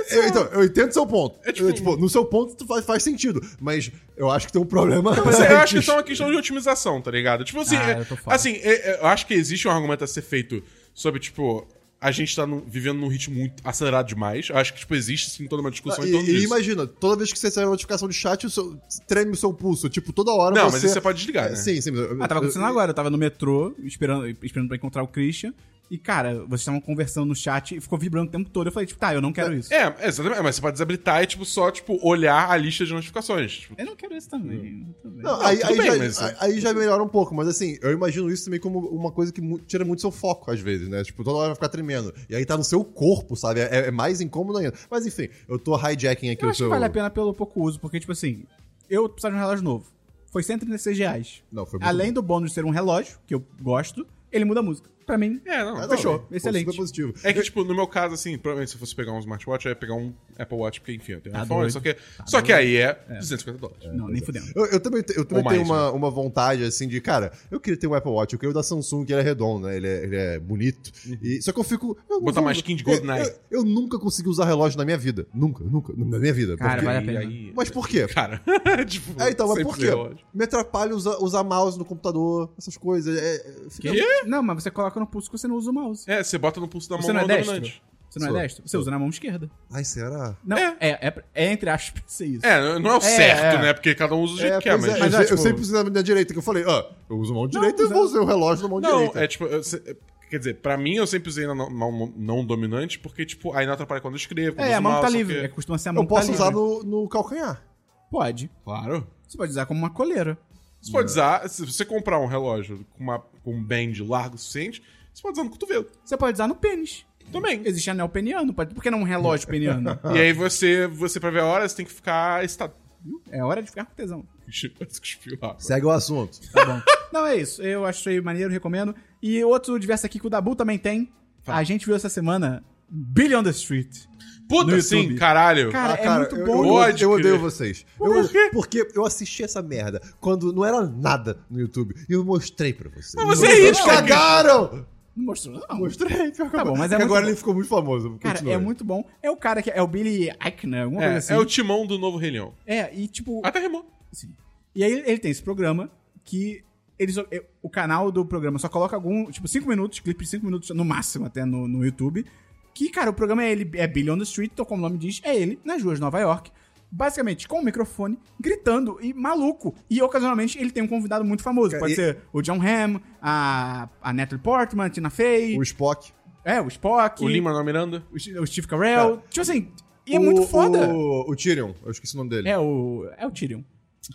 D: Eu, então, eu entendo seu ponto.
C: É tipo-
D: Eu, tipo, no seu ponto tu faz, faz sentido, mas eu acho que tem um problema.
C: Mas eu acho que
D: *laughs* antes.
C: isso é uma questão de otimização, tá ligado? Tipo assim,
A: Ah,
C: é-
A: eu tô fora.
C: assim, é- é- eu acho que existe um argumento a ser feito sobre, tipo, a gente tá num- vivendo num ritmo muito acelerado demais. Eu acho que, tipo, existe sim toda uma
A: Ah,
C: discussão em
D: E,
C: torno
D: Ah, e
C: disso.
D: imagina, toda vez que você recebe uma notificação de chat, o seu- treme o seu pulso. Tipo, toda hora
C: Não,
D: você...
C: mas isso você pode desligar,
D: É,
C: né?
D: Sim, sim.
A: Ah, tava acontecendo agora. Eu tava no metrô, esperando, esperando pra encontrar o Christian. E, cara, vocês estavam conversando no chat e ficou vibrando o tempo todo. Eu falei, tipo, tá, eu não quero isso.
C: É, exatamente. Mas você pode desabilitar e, tipo, só, tipo, olhar a lista de notificações. Tipo,
A: é, Eu não quero isso também. tudo bem.
D: Não, é aí,
C: tudo
D: aí,
C: bem,
D: já,
C: mas-
D: aí- aí já melhora um pouco, mas assim, eu imagino isso também como uma coisa que mu- tira muito seu foco, às vezes, né? Tipo, toda hora vai ficar tremendo. E aí tá no seu corpo, sabe? É, é mais incômodo ainda. Mas enfim, eu tô hijacking aqui
A: Eu
D: o
A: acho
D: seu.
A: que vale a pena pelo pouco uso, porque, tipo assim, eu precisava de um relógio novo. Foi R$ 136 reais.
D: Não, foi muito
A: Além do bônus de ser um relógio, que eu gosto, ele muda a música. Pra mim,
C: é, não.
D: Ah, não,
A: Fechou,
D: foi
A: excelente.
D: Super positivo.
C: É que, tipo, no meu caso, assim, provavelmente se eu fosse pegar um smartwatch, eu ia pegar um Apple Watch, porque, enfim, eu tenho um
A: Tá
C: iPhone,
A: doido.
C: só que, só que aí é, 250 dólares.
A: não, nem fudendo.
D: Eu, eu também, te- eu também
C: Ou mais, né?
D: tenho uma, uma vontade, assim, de, cara, eu queria ter um Apple Watch, eu queria o da Samsung, que ele é redondo, né? Ele é, ele é bonito. E, só que eu fico. eu não
C: Uhum. Botar
D: vou-
C: uma skin de GoldenEye.
D: Eu, eu, eu nunca consegui usar relógio na minha vida. Nunca, nunca. Na minha vida.
A: Cara,
D: porque-
A: vale a
C: E
A: pena.
C: aí-
D: Mas por quê?
C: Cara, *laughs* tipo...
D: É, então, mas
C: sempre
D: por quê?
C: relógio.
D: Me atrapalha usar, usar mouse no computador, essas coisas. É, é- fica-
C: Que?
A: Não, mas você coloca no pulso que você não usa o mouse.
C: É, você bota no pulso da mão
A: Você não é
C: o
A: destro? Você não
D: Sou.
A: é destro? Você usa na mão esquerda.
D: Ai, será?
A: Não, é, é, é entre aspas, é isso.
C: É, não é o certo,
A: é.
C: né? Porque cada um usa o jeito que é,
D: pois
C: mas.
D: eu,
A: Mas é,
D: sei- eu
A: tipo-
D: sempre usei na minha direita, que eu falei, ah, eu uso a mão direita, eu
A: mas
D: vou
A: é-
D: usar o relógio na mão
C: não,
D: direita.
C: é tipo. eu se- é, quer dizer, pra mim eu sempre usei na mão mão não dominante, porque, tipo, aí não atrapalha quando eu escrevo. Quando
A: É,
C: uso
A: a mão tá
C: mouse,
A: livre.
C: porque-
A: É, costuma ser a mão
D: Eu
A: que tá
D: posso usar
A: livre.
D: no, no calcanhar.
A: Pode.
C: Claro.
A: Você pode usar como uma coleira.
C: Você pode usar. Se você comprar um relógio com, uma, com um band largo o suficiente, você pode usar no cotovelo.
A: Você pode usar no pênis.
C: Também.
A: Existe anel peniano. Pode... Por que não um relógio peniano?
C: E aí você, você, pra ver a hora, você tem que ficar estado. *laughs*
A: é hora de ficar com tesão.
C: Parece que cuspiu água.
D: Segue o *laughs* assunto.
A: Tá bom. Não, é isso. Eu achei maneiro, recomendo. E outro diverso aqui que o Dabu também tem. A gente viu essa semana Billy on the Street.
C: Puta
A: No
C: sim,
A: YouTube.
C: caralho.
A: Cara, é muito
D: Ah, eu,
A: bom.
D: Eu, eu,
C: Pode
D: eu odeio
C: crer.
D: vocês.
C: Por
D: Eu-
C: quê?
D: porque eu assisti essa merda quando não era nada no YouTube. E eu mostrei pra vocês.
C: Mas você é isso, cara.
D: cagaram!
A: Não mostrou, não.
D: Mostrei, pior que
A: Tá
D: eu-
A: bom, mas é
D: que
A: muito
D: agora
A: bom.
D: ele ficou muito famoso.
A: Cara,
D: Continua.
A: é muito bom. É o cara que é o Billy Eichner, alguma coisa assim.
C: É, é o timão do novo Rei Leão.
A: É, e tipo.
C: Até remou.
A: Sim. E aí ele tem esse programa que eles, eh, o canal do programa só coloca algum, tipo, 5 minutos, clipe de 5 minutos no máximo até no, no YouTube. Que, cara, o programa é ele, é Billy on the Street, então como o nome diz, é ele nas ruas de Nova York. Basicamente com o microfone, gritando e maluco. E ocasionalmente ele tem um convidado muito famoso.
D: Cara,
A: Pode
D: e-
A: ser o John Hamm, a, a Natalie Portman, a Tina Fey,
D: O Spock.
A: é, o Spock,
C: O Lima na Miranda.
A: o Ch- o Steve Carell. Tipo assim, e é
D: O-
A: muito foda.
D: O, o Tyrion, eu esqueci o nome dele.
A: É o. É o Tyrion.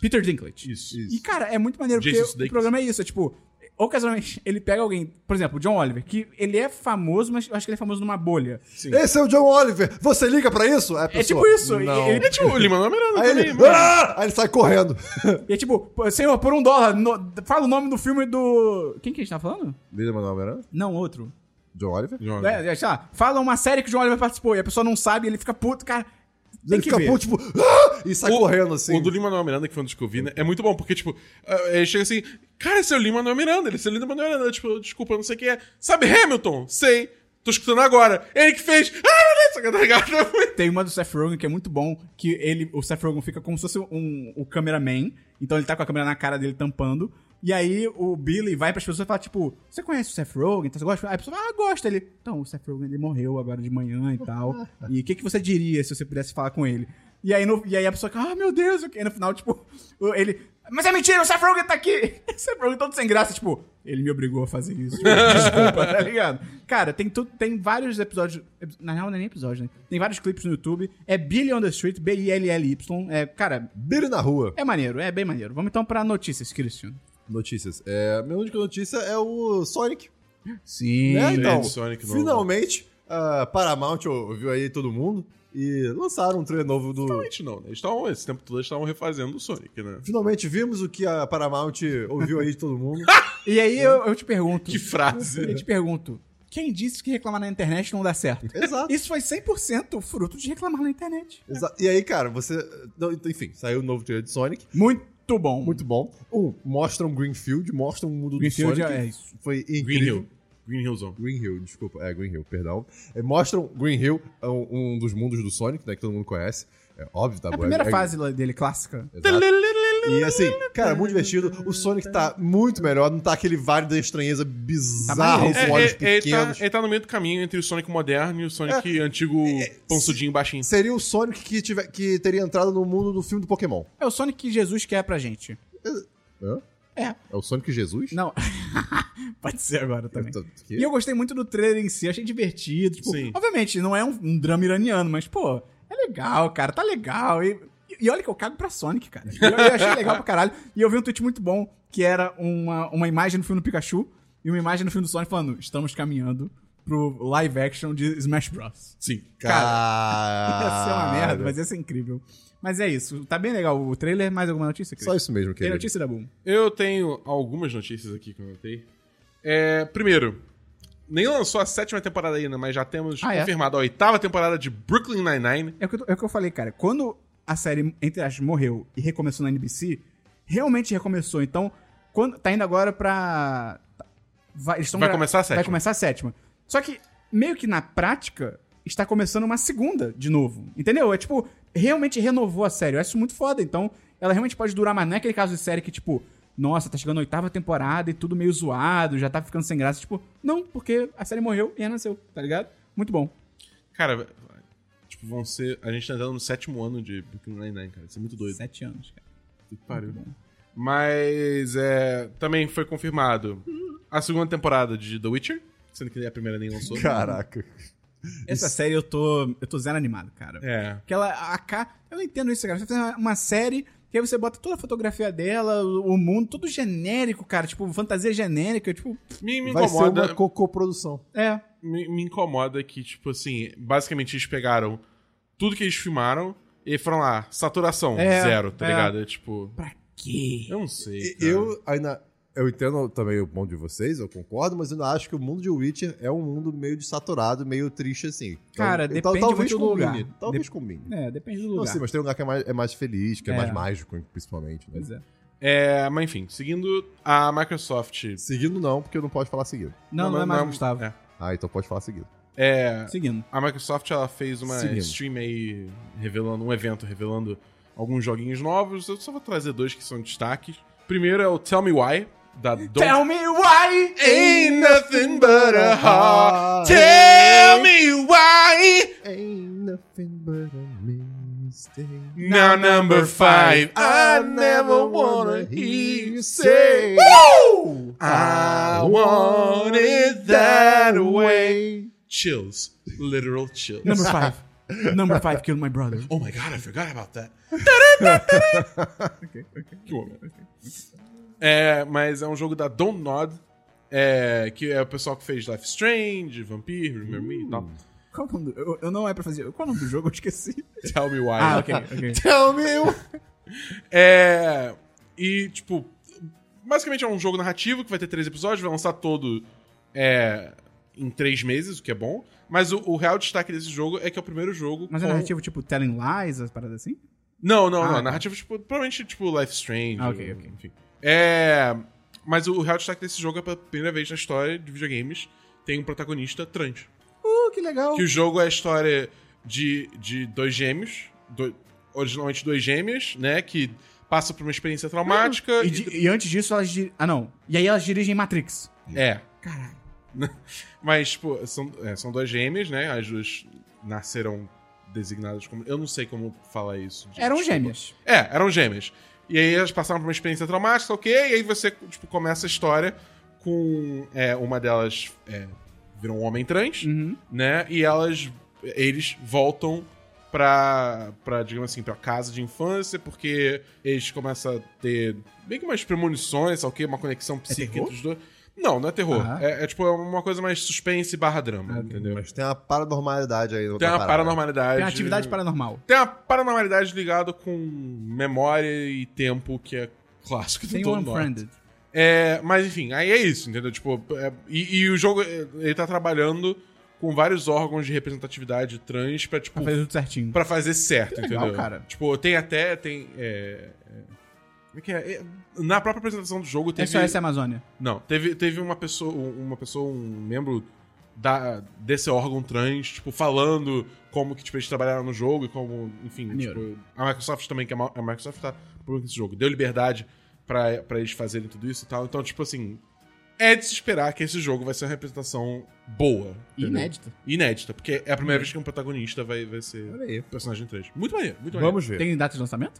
A: Peter Dinklage.
C: Isso.
A: E, cara, é muito maneiro,
C: Jason
A: porque
C: Sudeikis.
A: o programa é isso. É tipo, ocasionalmente ele pega alguém, por exemplo, o John Oliver, que ele é famoso, mas eu acho que ele é famoso numa bolha.
D: Esse é o John Oliver. Você liga pra isso? a
A: É
D: pessoa,
A: tipo isso. E,
D: Não.
A: ele-
C: É tipo o Lima na Miranda
D: Aí
C: também,
D: ele,
C: mano.
D: "Ah!" Aí ele sai correndo.
A: e é tipo, pô, senhor, por um dólar, no- fala o nome do filme do. Quem que a gente tá falando?
D: Lida Manuel Miranda?
A: Não, outro.
D: John Oliver?
C: Joga.
A: É, é, sei lá, fala uma série que o John Oliver participou e a pessoa não sabe, ele fica puto, cara. Tem
D: Ele
A: que
D: fica
A: ver.
D: puto, tipo, "Ah!" e sai correndo assim.
C: O do Lima Manuel Miranda, que foi um dos que eu vi, né? É muito bom, porque, tipo, ah, ele chega assim, cara, esse é o Lima Manuel Miranda, ele é o Lima Manuel Miranda, tipo, desculpa, eu não sei quem é. Sabe Hamilton? Sei. Tô escutando agora. Ele que fez. *laughs* Ah, meu Deus, tá ligado? É muito-
A: *laughs* Tem uma do Seth Rogen que é muito bom, que ele, o Seth Rogen fica como se fosse um, o cameraman, então ele tá com a câmera na cara dele tampando, e aí o Billy vai pras pessoas e fala, tipo, você conhece o Seth Rogen? Então, você gosta? Aí a pessoa fala, ah, gosta. Ele, então, o Seth Rogen, ele morreu agora de manhã e tal, e o que, que você diria se você pudesse falar com ele? E aí, no- e aí a pessoa fica, ah, meu Deus, e no final, tipo, o- ele, mas é mentira, o Seth Rogen tá aqui! *laughs* O Seth Rogen todo sem graça, tipo, ele me obrigou a fazer isso, tipo, desculpa, tá ligado? Cara, tem, tudo, tem vários episódios, epi- na real não é nem episódio, né? Tem vários clipes no YouTube, é Billy on the Street, B-I-L-L-Y, é, cara,
D: Billy na rua.
A: é maneiro, é bem maneiro. Vamos então pra notícias, Christian.
D: Notícias. É, minha única notícia é o Sonic.
A: Sim.
D: né?
C: Trailer
D: Então,
C: de Sonic novo.
D: finalmente, a Paramount ouviu aí todo mundo e lançaram um trailer novo do.
C: Finalmente não, né? Eles tavam- esse tempo todo eles estavam refazendo o Sonic, né?
D: Finalmente vimos o que a Paramount ouviu aí de
A: *laughs*
D: todo mundo.
A: E aí eu, eu te pergunto.
C: Que frase.
A: Eu te pergunto. Quem disse que reclamar na internet não dá certo?
D: Exato.
A: Isso foi 100% fruto de reclamar na internet.
D: Exa- E aí, cara, você. não, então, Enfim, saiu o novo trailer de Sonic.
A: Muito bom.
D: Muito bom. Um, mostra um Greenfield, mostra um mundo
A: Greenfield
D: do Sonic.
A: é isso.
D: Foi incrível. Tá.
C: Green Hill. Green Hillzão.
D: Green Hill, desculpa. É, Green Hill, perdão. É, mostram Green Hill, é um, um dos mundos do Sonic, né? Que todo mundo conhece. É óbvio, tá
A: A
D: bom.
A: primeira
D: é- é-
A: fase lá dele, clássica.
D: exato. E assim, cara, muito divertido. O Sonic tá muito melhor. Não tá aquele vale da estranheza bizarro
A: Tá
C: É,
D: com olhos
C: é, ele, tá,
D: pequenos. É.
C: ele tá no meio do caminho entre o Sonic moderno e o Sonic antigo, ponsudinho baixinho.
D: Seria o Sonic que, tiver, que teria entrado no mundo do filme do Pokémon.
A: É o Sonic que Jesus quer pra gente.
D: Hã?
A: É.
D: É o Sonic Jesus?
A: Não. *laughs* Pode ser agora também.
D: Eu tô- que-
A: E eu gostei muito do trailer em si, achei divertido. Tipo,
C: Sim.
A: Obviamente, não é um, um drama iraniano, mas, pô, é legal, cara, tá legal. E, e olha que eu cago pra Sonic, cara. Eu, eu achei legal pra caralho. E eu vi um tweet muito bom, que era uma, uma imagem no filme do Pikachu e uma imagem no filme do Sonic falando: estamos caminhando pro live action de Smash Bros. *laughs*
C: Sim.
D: Cara,
A: Ia ser uma merda, mas ia ser incrível. Mas é isso, tá bem legal o trailer. Mais alguma notícia, Cris?
D: Só isso mesmo,
A: Tem
D: querido.
A: notícia da Boom.
C: Eu tenho algumas notícias aqui que eu anotei. É, primeiro, nem lançou a sétima temporada ainda, mas já temos
A: Ah, é?
C: confirmado a oitava temporada de Brooklyn Nine-Nine.
A: É o, que eu, tô- é o que eu falei, cara. Quando a série, entre as morreu e recomeçou na NBC, realmente recomeçou. Então, quando, tá indo agora pra. tá- Vai, eles tão
C: Vai
A: gra-
C: começar a sétima.
A: Vai começar a sétima. Só que, meio que na prática, está começando uma segunda de novo. Entendeu? É tipo, realmente renovou a série. Eu acho isso muito foda. Então, ela realmente pode durar, mas não é aquele caso de série que, tipo, nossa, tá chegando a oitava temporada e tudo meio zoado, já tá ficando sem graça. Tipo, não, porque a série morreu e renasceu, tá ligado? Muito bom.
C: Cara, tipo, vão ser. A gente tá entrando no sétimo ano de Brooklyn Nine-Nine, cara. Isso é muito doido.
A: Sete anos, cara.
C: Puta que pariu.
A: Muito bom.
C: Mas é, também foi confirmado a segunda temporada de The Witcher, sendo que a primeira nem lançou.
D: Caraca.
A: Essa série eu tô. Eu tô zero animado, cara.
C: É.
A: Porque ela. A, ca- eu não entendo isso, cara. Você faz uma, uma série. Que aí você bota toda a fotografia dela, o o mundo, tudo genérico, cara. Tipo, fantasia genérica. Tipo,
C: Me, me
D: Vai ser
C: incomoda.
D: uma coprodução.
A: é.
C: me, me incomoda que, tipo assim, basicamente eles pegaram tudo que eles filmaram e foram lá, saturação,
A: É,
C: zero, tá
A: é.
C: ligado? É tipo,
A: Pra quê?
C: eu não sei.
D: E-
C: cara.
D: Eu ainda. Eu entendo também o ponto de vocês, eu concordo, mas eu ainda acho que o mundo de Witcher é um mundo meio desaturado, meio triste assim. Então,
A: Cara,
D: então
A: depende
D: talvez
A: muito do
D: combine,
A: lugar.
D: Talvez combine.
A: É, depende do
D: Não
A: lugar.
D: sei, mas tem um lugar que é mais, é mais feliz, que é,
A: É.
D: mais mágico, principalmente. né?
A: Pois é.
C: É, mas enfim, seguindo a Microsoft.
D: Seguindo, não, porque não pode falar seguido.
A: Não, não, é mais Gustavo.
C: é.
D: Ah, então pode falar seguido.
C: É,
A: Seguindo.
C: a Microsoft ela fez uma
D: Seguindo.
C: stream aí, revelando um evento, revelando alguns joguinhos novos. Eu só vou trazer dois que são destaques. Primeiro é o Tell Me Why, da Don't
A: me why
C: Ain't nothing but a heart. Tell me why.
D: Ain't nothing but a mistake.
C: Now number five. I never wanna hear you say. I want it that way. Chills. Literal chills.
A: Number *laughs* five. Number five killed my brother.
C: *laughs* Oh my god, I forgot about *laughs* that. Que homem. É, mas é um jogo da Don't Nod, é, que é o pessoal que fez Life is Strange, Vampire, Remember Me e tal.
A: Qual o nome do... Eu, eu não é pra fazer... Qual o nome do jogo? Eu esqueci.
C: Tell Me Why.
A: Ah, ok, *laughs* ok.
D: Tell me.
C: É. E, tipo, basicamente é um jogo narrativo que vai ter três episódios, vai lançar todo é, em três meses, o que é bom. Mas o, o real destaque desse jogo é que é o primeiro jogo.
A: Mas é
C: com-
A: narrativo tipo Telling Lies, as paradas assim?
C: Não, não,
A: Ah,
C: não.
A: tá.
C: Narrativo, tipo, provavelmente, tipo, Life is Strange.
A: Ah, ok,
C: ou-
A: ok.
C: Enfim. É. Mas o real destaque desse jogo é pela primeira vez na história de videogames tem um protagonista trans.
A: Uh, que legal.
C: Que o jogo é a história de, de dois gêmeos, do- originalmente dois gêmeos, né? Que passam por uma experiência traumática.
A: E, di- e antes disso, elas. Di... Ah, não. E aí elas dirigem Matrix.
C: É.
A: Caralho.
C: *laughs* Mas, tipo, são, é, são duas gêmeas, né? As duas nasceram designadas como. Eu não sei como falar isso. gente,
A: Eram
C: desculpa.
A: gêmeas.
C: É, eram gêmeas. E aí elas passaram por uma experiência traumática, ok? E aí você, tipo, começa a história com. é, uma delas é, virou um homem trans,
A: Uhum.
C: né? E elas. Eles voltam pra pra, pra, digamos assim, pra casa de infância, porque eles começam a ter meio que umas premonições, sabe o quê? Uma conexão psíquica
A: É terror?
C: entre os dois. Não, não é terror.
A: Aham. É,
C: É, é, tipo uma coisa mais suspense barra drama, entendeu?
D: Mas tem uma paranormalidade aí.
C: Tem
D: outra
C: uma
D: parada.
C: paranormalidade.
A: Tem uma atividade paranormal.
C: Tem uma paranormalidade ligada com memória e tempo, que é clássico de
A: Tem
C: todo
A: o
C: mundo.
A: Unfriended.
C: É, mas enfim, aí é isso, entendeu? Tipo, é- e, e o jogo, é, ele tá trabalhando com vários órgãos de representatividade trans pra, tipo,
A: Pra fazer tudo certinho.
C: pra fazer certo,
A: Que
C: entendeu?
A: legal, cara.
C: Tipo, tem até, tem... é, é, como é que é? É, Na própria apresentação do jogo teve...
A: É Essa SOS Amazônia.
C: Não, teve, teve uma pessoa, uma pessoa, um membro da, desse órgão trans, tipo, falando como que tipo, eles trabalharam no jogo e como, enfim,
A: Maneiro.
C: tipo, a Microsoft também, que a Ma- a Microsoft tá por esse jogo, deu liberdade pra, pra eles fazerem tudo isso e tal. Então, tipo assim, é de se esperar que esse jogo vai ser uma representação boa. entendeu?
E: Inédita.
C: Inédita, porque é a primeira vez que um protagonista vai, vai ser
D: Olha aí.
C: personagem trans. Muito maneiro, muito maneiro.
E: Vamos ver.
A: Tem data de lançamento?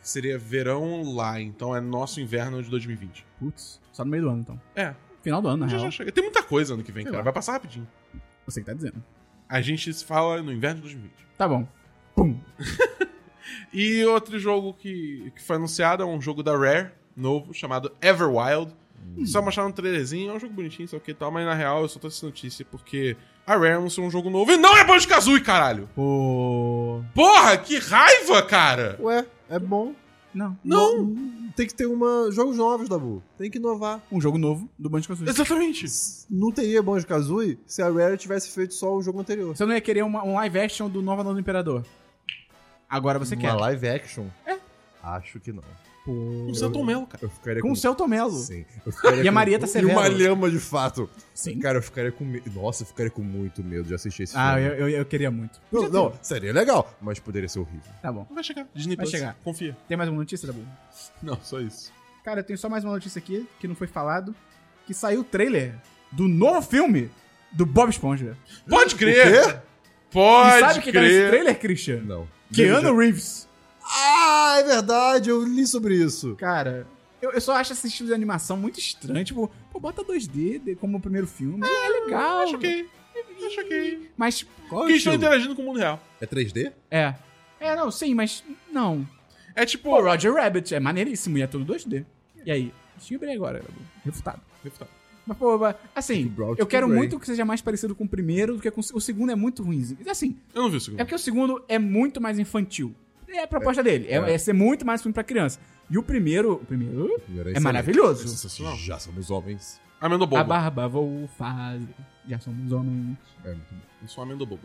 C: Seria verão lá, então é nosso inverno de 2020.
A: Putz, só no meio do ano, então.
C: É,
A: Final do ano, na
C: já, já
A: real.
C: chega. Tem muita coisa ano que vem, cara.
A: lá.
C: Vai passar rapidinho.
A: Você que tá dizendo.
C: A gente se fala no inverno de 2020.
A: Tá bom. Pum.
C: E outro jogo que, que foi anunciado é um jogo da Rare, novo, chamado Everwild. Só mostraram um trailerzinho, é um jogo bonitinho, sei o que e tal, mas na real eu só tô essa notícia porque a Rare anunciou um jogo novo e não é Banjo Kazooie, caralho!
A: Pô.
C: Porra, que raiva, cara!
D: Ué, é bom.
A: Não.
C: Não!
D: Tem que ter uma... jogos novos, Dabu. Tem que inovar.
A: Um jogo novo do Banjo Kazooie.
C: Exatamente!
D: Não teria Banjo Kazooie se a Rare tivesse feito só o jogo anterior.
A: Você não ia querer uma- um live action do Nova Nova do Imperador. Agora você
D: uma
A: quer.
D: live action? É. Acho que não.
C: Um Santo Melo, cara.
D: Eu ficaria
A: Com o Celto Melo.
D: Sim. Eu ficaria
A: E a
D: com-
A: Marieta
D: E uma
A: Severo.
D: lhama, de fato.
A: Sim.
D: Cara, eu ficaria com medo. Nossa, eu ficaria com muito medo de assistir esse
A: Ah,
D: filme.
A: eu, eu, eu queria muito.
D: Não, não, seria legal, mas poderia ser horrível.
A: Tá bom.
C: Vai chegar. Disney
A: Vai
C: Plus.
A: chegar.
C: Confia.
A: Tem mais uma notícia, Dabu?
C: Não, só isso.
A: Cara, eu tenho só mais uma notícia aqui, que não foi falado, que saiu o trailer do novo filme do Bob Esponja.
C: Pode crer! Pode
A: e sabe quem tá nesse
C: crer!
A: trailer, Christian?
D: Não.
A: Keanu Reeves.
D: Ah, é verdade, eu li sobre isso.
A: Cara, eu, eu só acho esse estilo de animação muito estranho. Tipo, pô, bota 2D de- como o primeiro filme. É, legal.
C: Acho ok. Acho ok.
A: Mas qual é o
C: Porque estão
A: estilo?
C: interagindo com o mundo real.
D: É 3D?
A: É. É, não, sim, mas não.
C: É tipo.
A: Pô, Roger Rabbit é maneiríssimo e é tudo 2D. E aí? Descobri agora, Dabu. refutado.
C: Refutado.
A: Mas, pô, mas, assim,
D: Brown
A: eu
D: to
A: quero
D: Grey.
A: muito que seja mais parecido com o primeiro do que com o se- o segundo. É muito ruimzinho. Assim,
C: Eu não vi o
A: É
C: segundo.
A: porque o segundo é muito mais infantil. É a proposta dele. É, é ser muito mais filme pra criança. E o primeiro, o primeiro
D: Primeiro
A: é
D: excelente.
C: É
A: maravilhoso.
C: sensacional.
D: Já somos homens.
C: Amendo
A: A
C: bobo.
A: barba vou fazer. Já somos homens.
D: É muito bom.
C: Eu sou amendo bobo.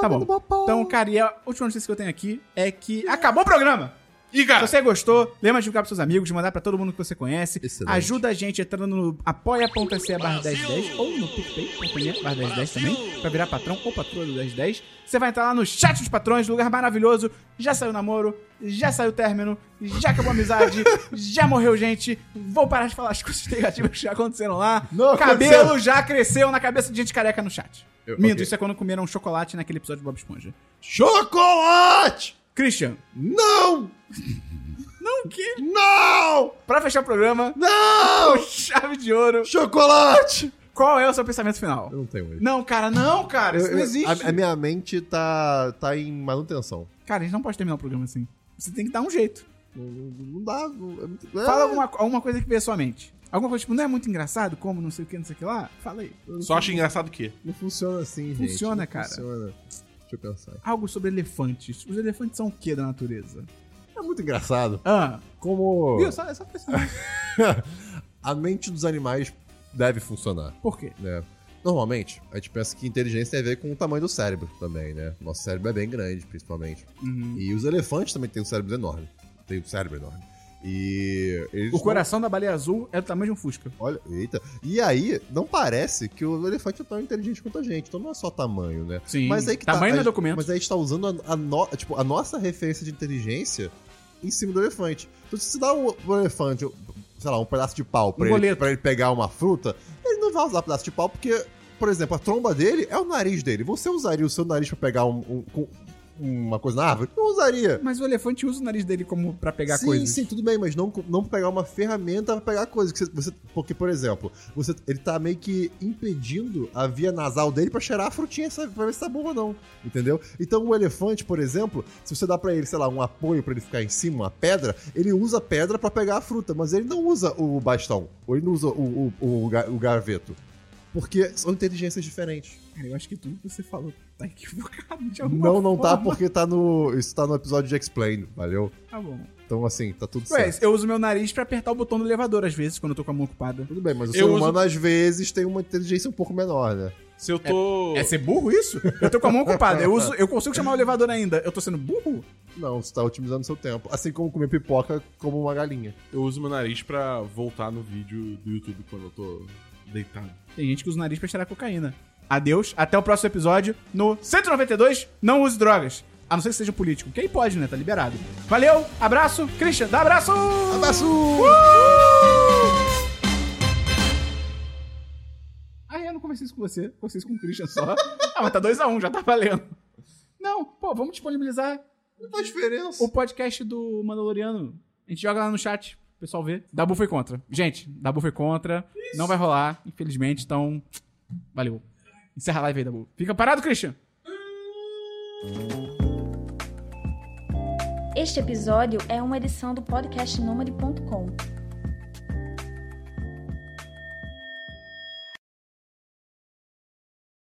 A: Tá bom. Então, cara, e a última notícia que eu tenho aqui é que acabou o programa!
C: E cara,
A: Se você gostou, lembra de divulgar pros seus amigos, de mandar pra todo mundo que você conhece.
D: Excelente.
A: Ajuda a gente entrando no apoia.se barra 1010 ou no picpay.me barra 1010 também, pra virar patrão ou patroa do 1010. Você vai entrar lá no chat dos patrões, lugar maravilhoso. Já saiu namoro, já saiu término, já acabou a
D: *laughs*
A: amizade, já morreu gente. Vou parar de falar as coisas negativas que já aconteceram lá.
D: Não
A: Cabelo
D: aconteceu.
A: já cresceu na cabeça de gente careca no chat.
D: Eu-
A: Minto,
D: ok.
A: isso é quando comeram chocolate naquele episódio de Bob Esponja.
D: Chocolate!
A: Christian,
D: Não!
A: não que...
D: Não!
A: Pra fechar o programa, *laughs*
D: Não!
A: com chave de ouro.
D: Chocolate!
A: Qual é o seu pensamento final?
D: Eu não tenho isso.
A: Não, cara, não, cara, isso
D: Eu-
A: não
D: eu-
A: existe.
D: A, a minha mente tá, tá em manutenção.
A: Cara, a gente não pode terminar o programa assim. Você tem que dar um jeito.
D: Não, não- não dá. não- é muito-
A: Fala alguma, alguma coisa que veio à sua mente. Alguma coisa, tipo, não é muito engraçado, como não sei o que, não sei o que lá? Fala aí.
C: só acho engraçado o quê?
D: Não funciona assim, gente.
A: Funciona,
D: Não
A: cara.
D: Funciona. Deixa eu pensar.
A: Algo sobre elefantes. Os elefantes são o que da natureza?
D: É muito engraçado
A: Ah,
D: como
A: viu? Só, só pensar.
D: a mente dos animais deve funcionar,
A: Por quê?
D: né? Normalmente, a gente pensa que inteligência tem a ver com o tamanho do cérebro também, né? Nosso cérebro é bem grande, principalmente. E os elefantes também têm um cérebro enorme. Tem um cérebro enorme. E eles
A: O
D: não-
A: coração da baleia azul é do tamanho de um fusca.
D: Olha, eita. E aí, não parece que o elefante é tão inteligente quanto a gente. Então não é só tamanho, né?
A: Sim.
D: Mas aí que
A: Tamanho
D: tá,
A: não é
D: a-
A: documento.
D: Mas aí a gente tá usando a, a no- tipo, a nossa referência de inteligência em cima do elefante. Então se você dá o, o elefante, sei lá, um pedaço de pau pra,
A: Um
D: ele,
A: boleto.
D: pra ele pegar uma fruta, ele não vai usar pedaço de pau porque, por exemplo, a tromba dele é o nariz dele. Você usaria o seu nariz pra pegar um... um- com- uma coisa na árvore? Não usaria.
A: Mas o elefante usa o nariz dele como pra pegar
D: sim,
A: coisas.
D: sim, tudo bem, mas não, co- não pegar uma ferramenta pra pegar coisa. que você- você- porque, por exemplo, você, ele tá meio que impedindo a via nasal dele pra cheirar a frutinha sabe, pra ver se tá bom ou não. Entendeu? Então o elefante, por exemplo, se você dá pra ele, sei lá, um apoio pra ele ficar em cima, uma pedra, ele usa a pedra pra pegar a fruta, mas ele não usa o bastão. Ou ele não usa o, o, o, ga- o garveto. Porque são inteligências diferentes.
A: Cara, eu acho que tudo que você falou tá equivocado de alguma
D: Não, não tá,
A: forma.
D: porque tá no. Isso tá no episódio de Explain, valeu?
A: Tá bom.
D: Então, assim, tá tudo certo.
A: Ué, eu uso meu nariz pra apertar o botão do elevador às vezes, quando eu tô com a mão ocupada.
D: Tudo bem, mas o
C: Eu
D: ser
C: uso-
D: humano às vezes tem uma inteligência um pouco menor, né?
C: Se eu tô.
A: É ser burro isso? Eu tô com a mão ocupada. Eu, uso, eu consigo chamar o elevador ainda. Eu tô sendo burro?
D: Não, você tá otimizando seu tempo. Assim como comer pipoca como uma galinha.
C: Eu uso meu nariz pra voltar no vídeo do YouTube quando eu tô deitado.
A: Tem gente que usa o nariz pra cheirar cocaína. Adeus, até o próximo episódio. No 192, não use drogas. A não ser que seja político. Que aí pode, né? Tá liberado. Valeu, abraço. Christian, dá abraço!
D: Abraço!
A: Ah, eu não conversei isso com você. Conversei isso com o Christian só. ah, mas tá 2x1, já tá valendo. Não, pô, vamos disponibilizar
D: Não faz diferença.
A: o podcast do Mandaloriano. A gente joga lá no chat, o pessoal vê. Dabu foi contra. Gente, Dabu foi contra. Não vai rolar, infelizmente, então. Valeu. Encerra a live aí, Dabu. Fica parado, Christian!
E: Este episódio é uma edição do podcast Nômade.com.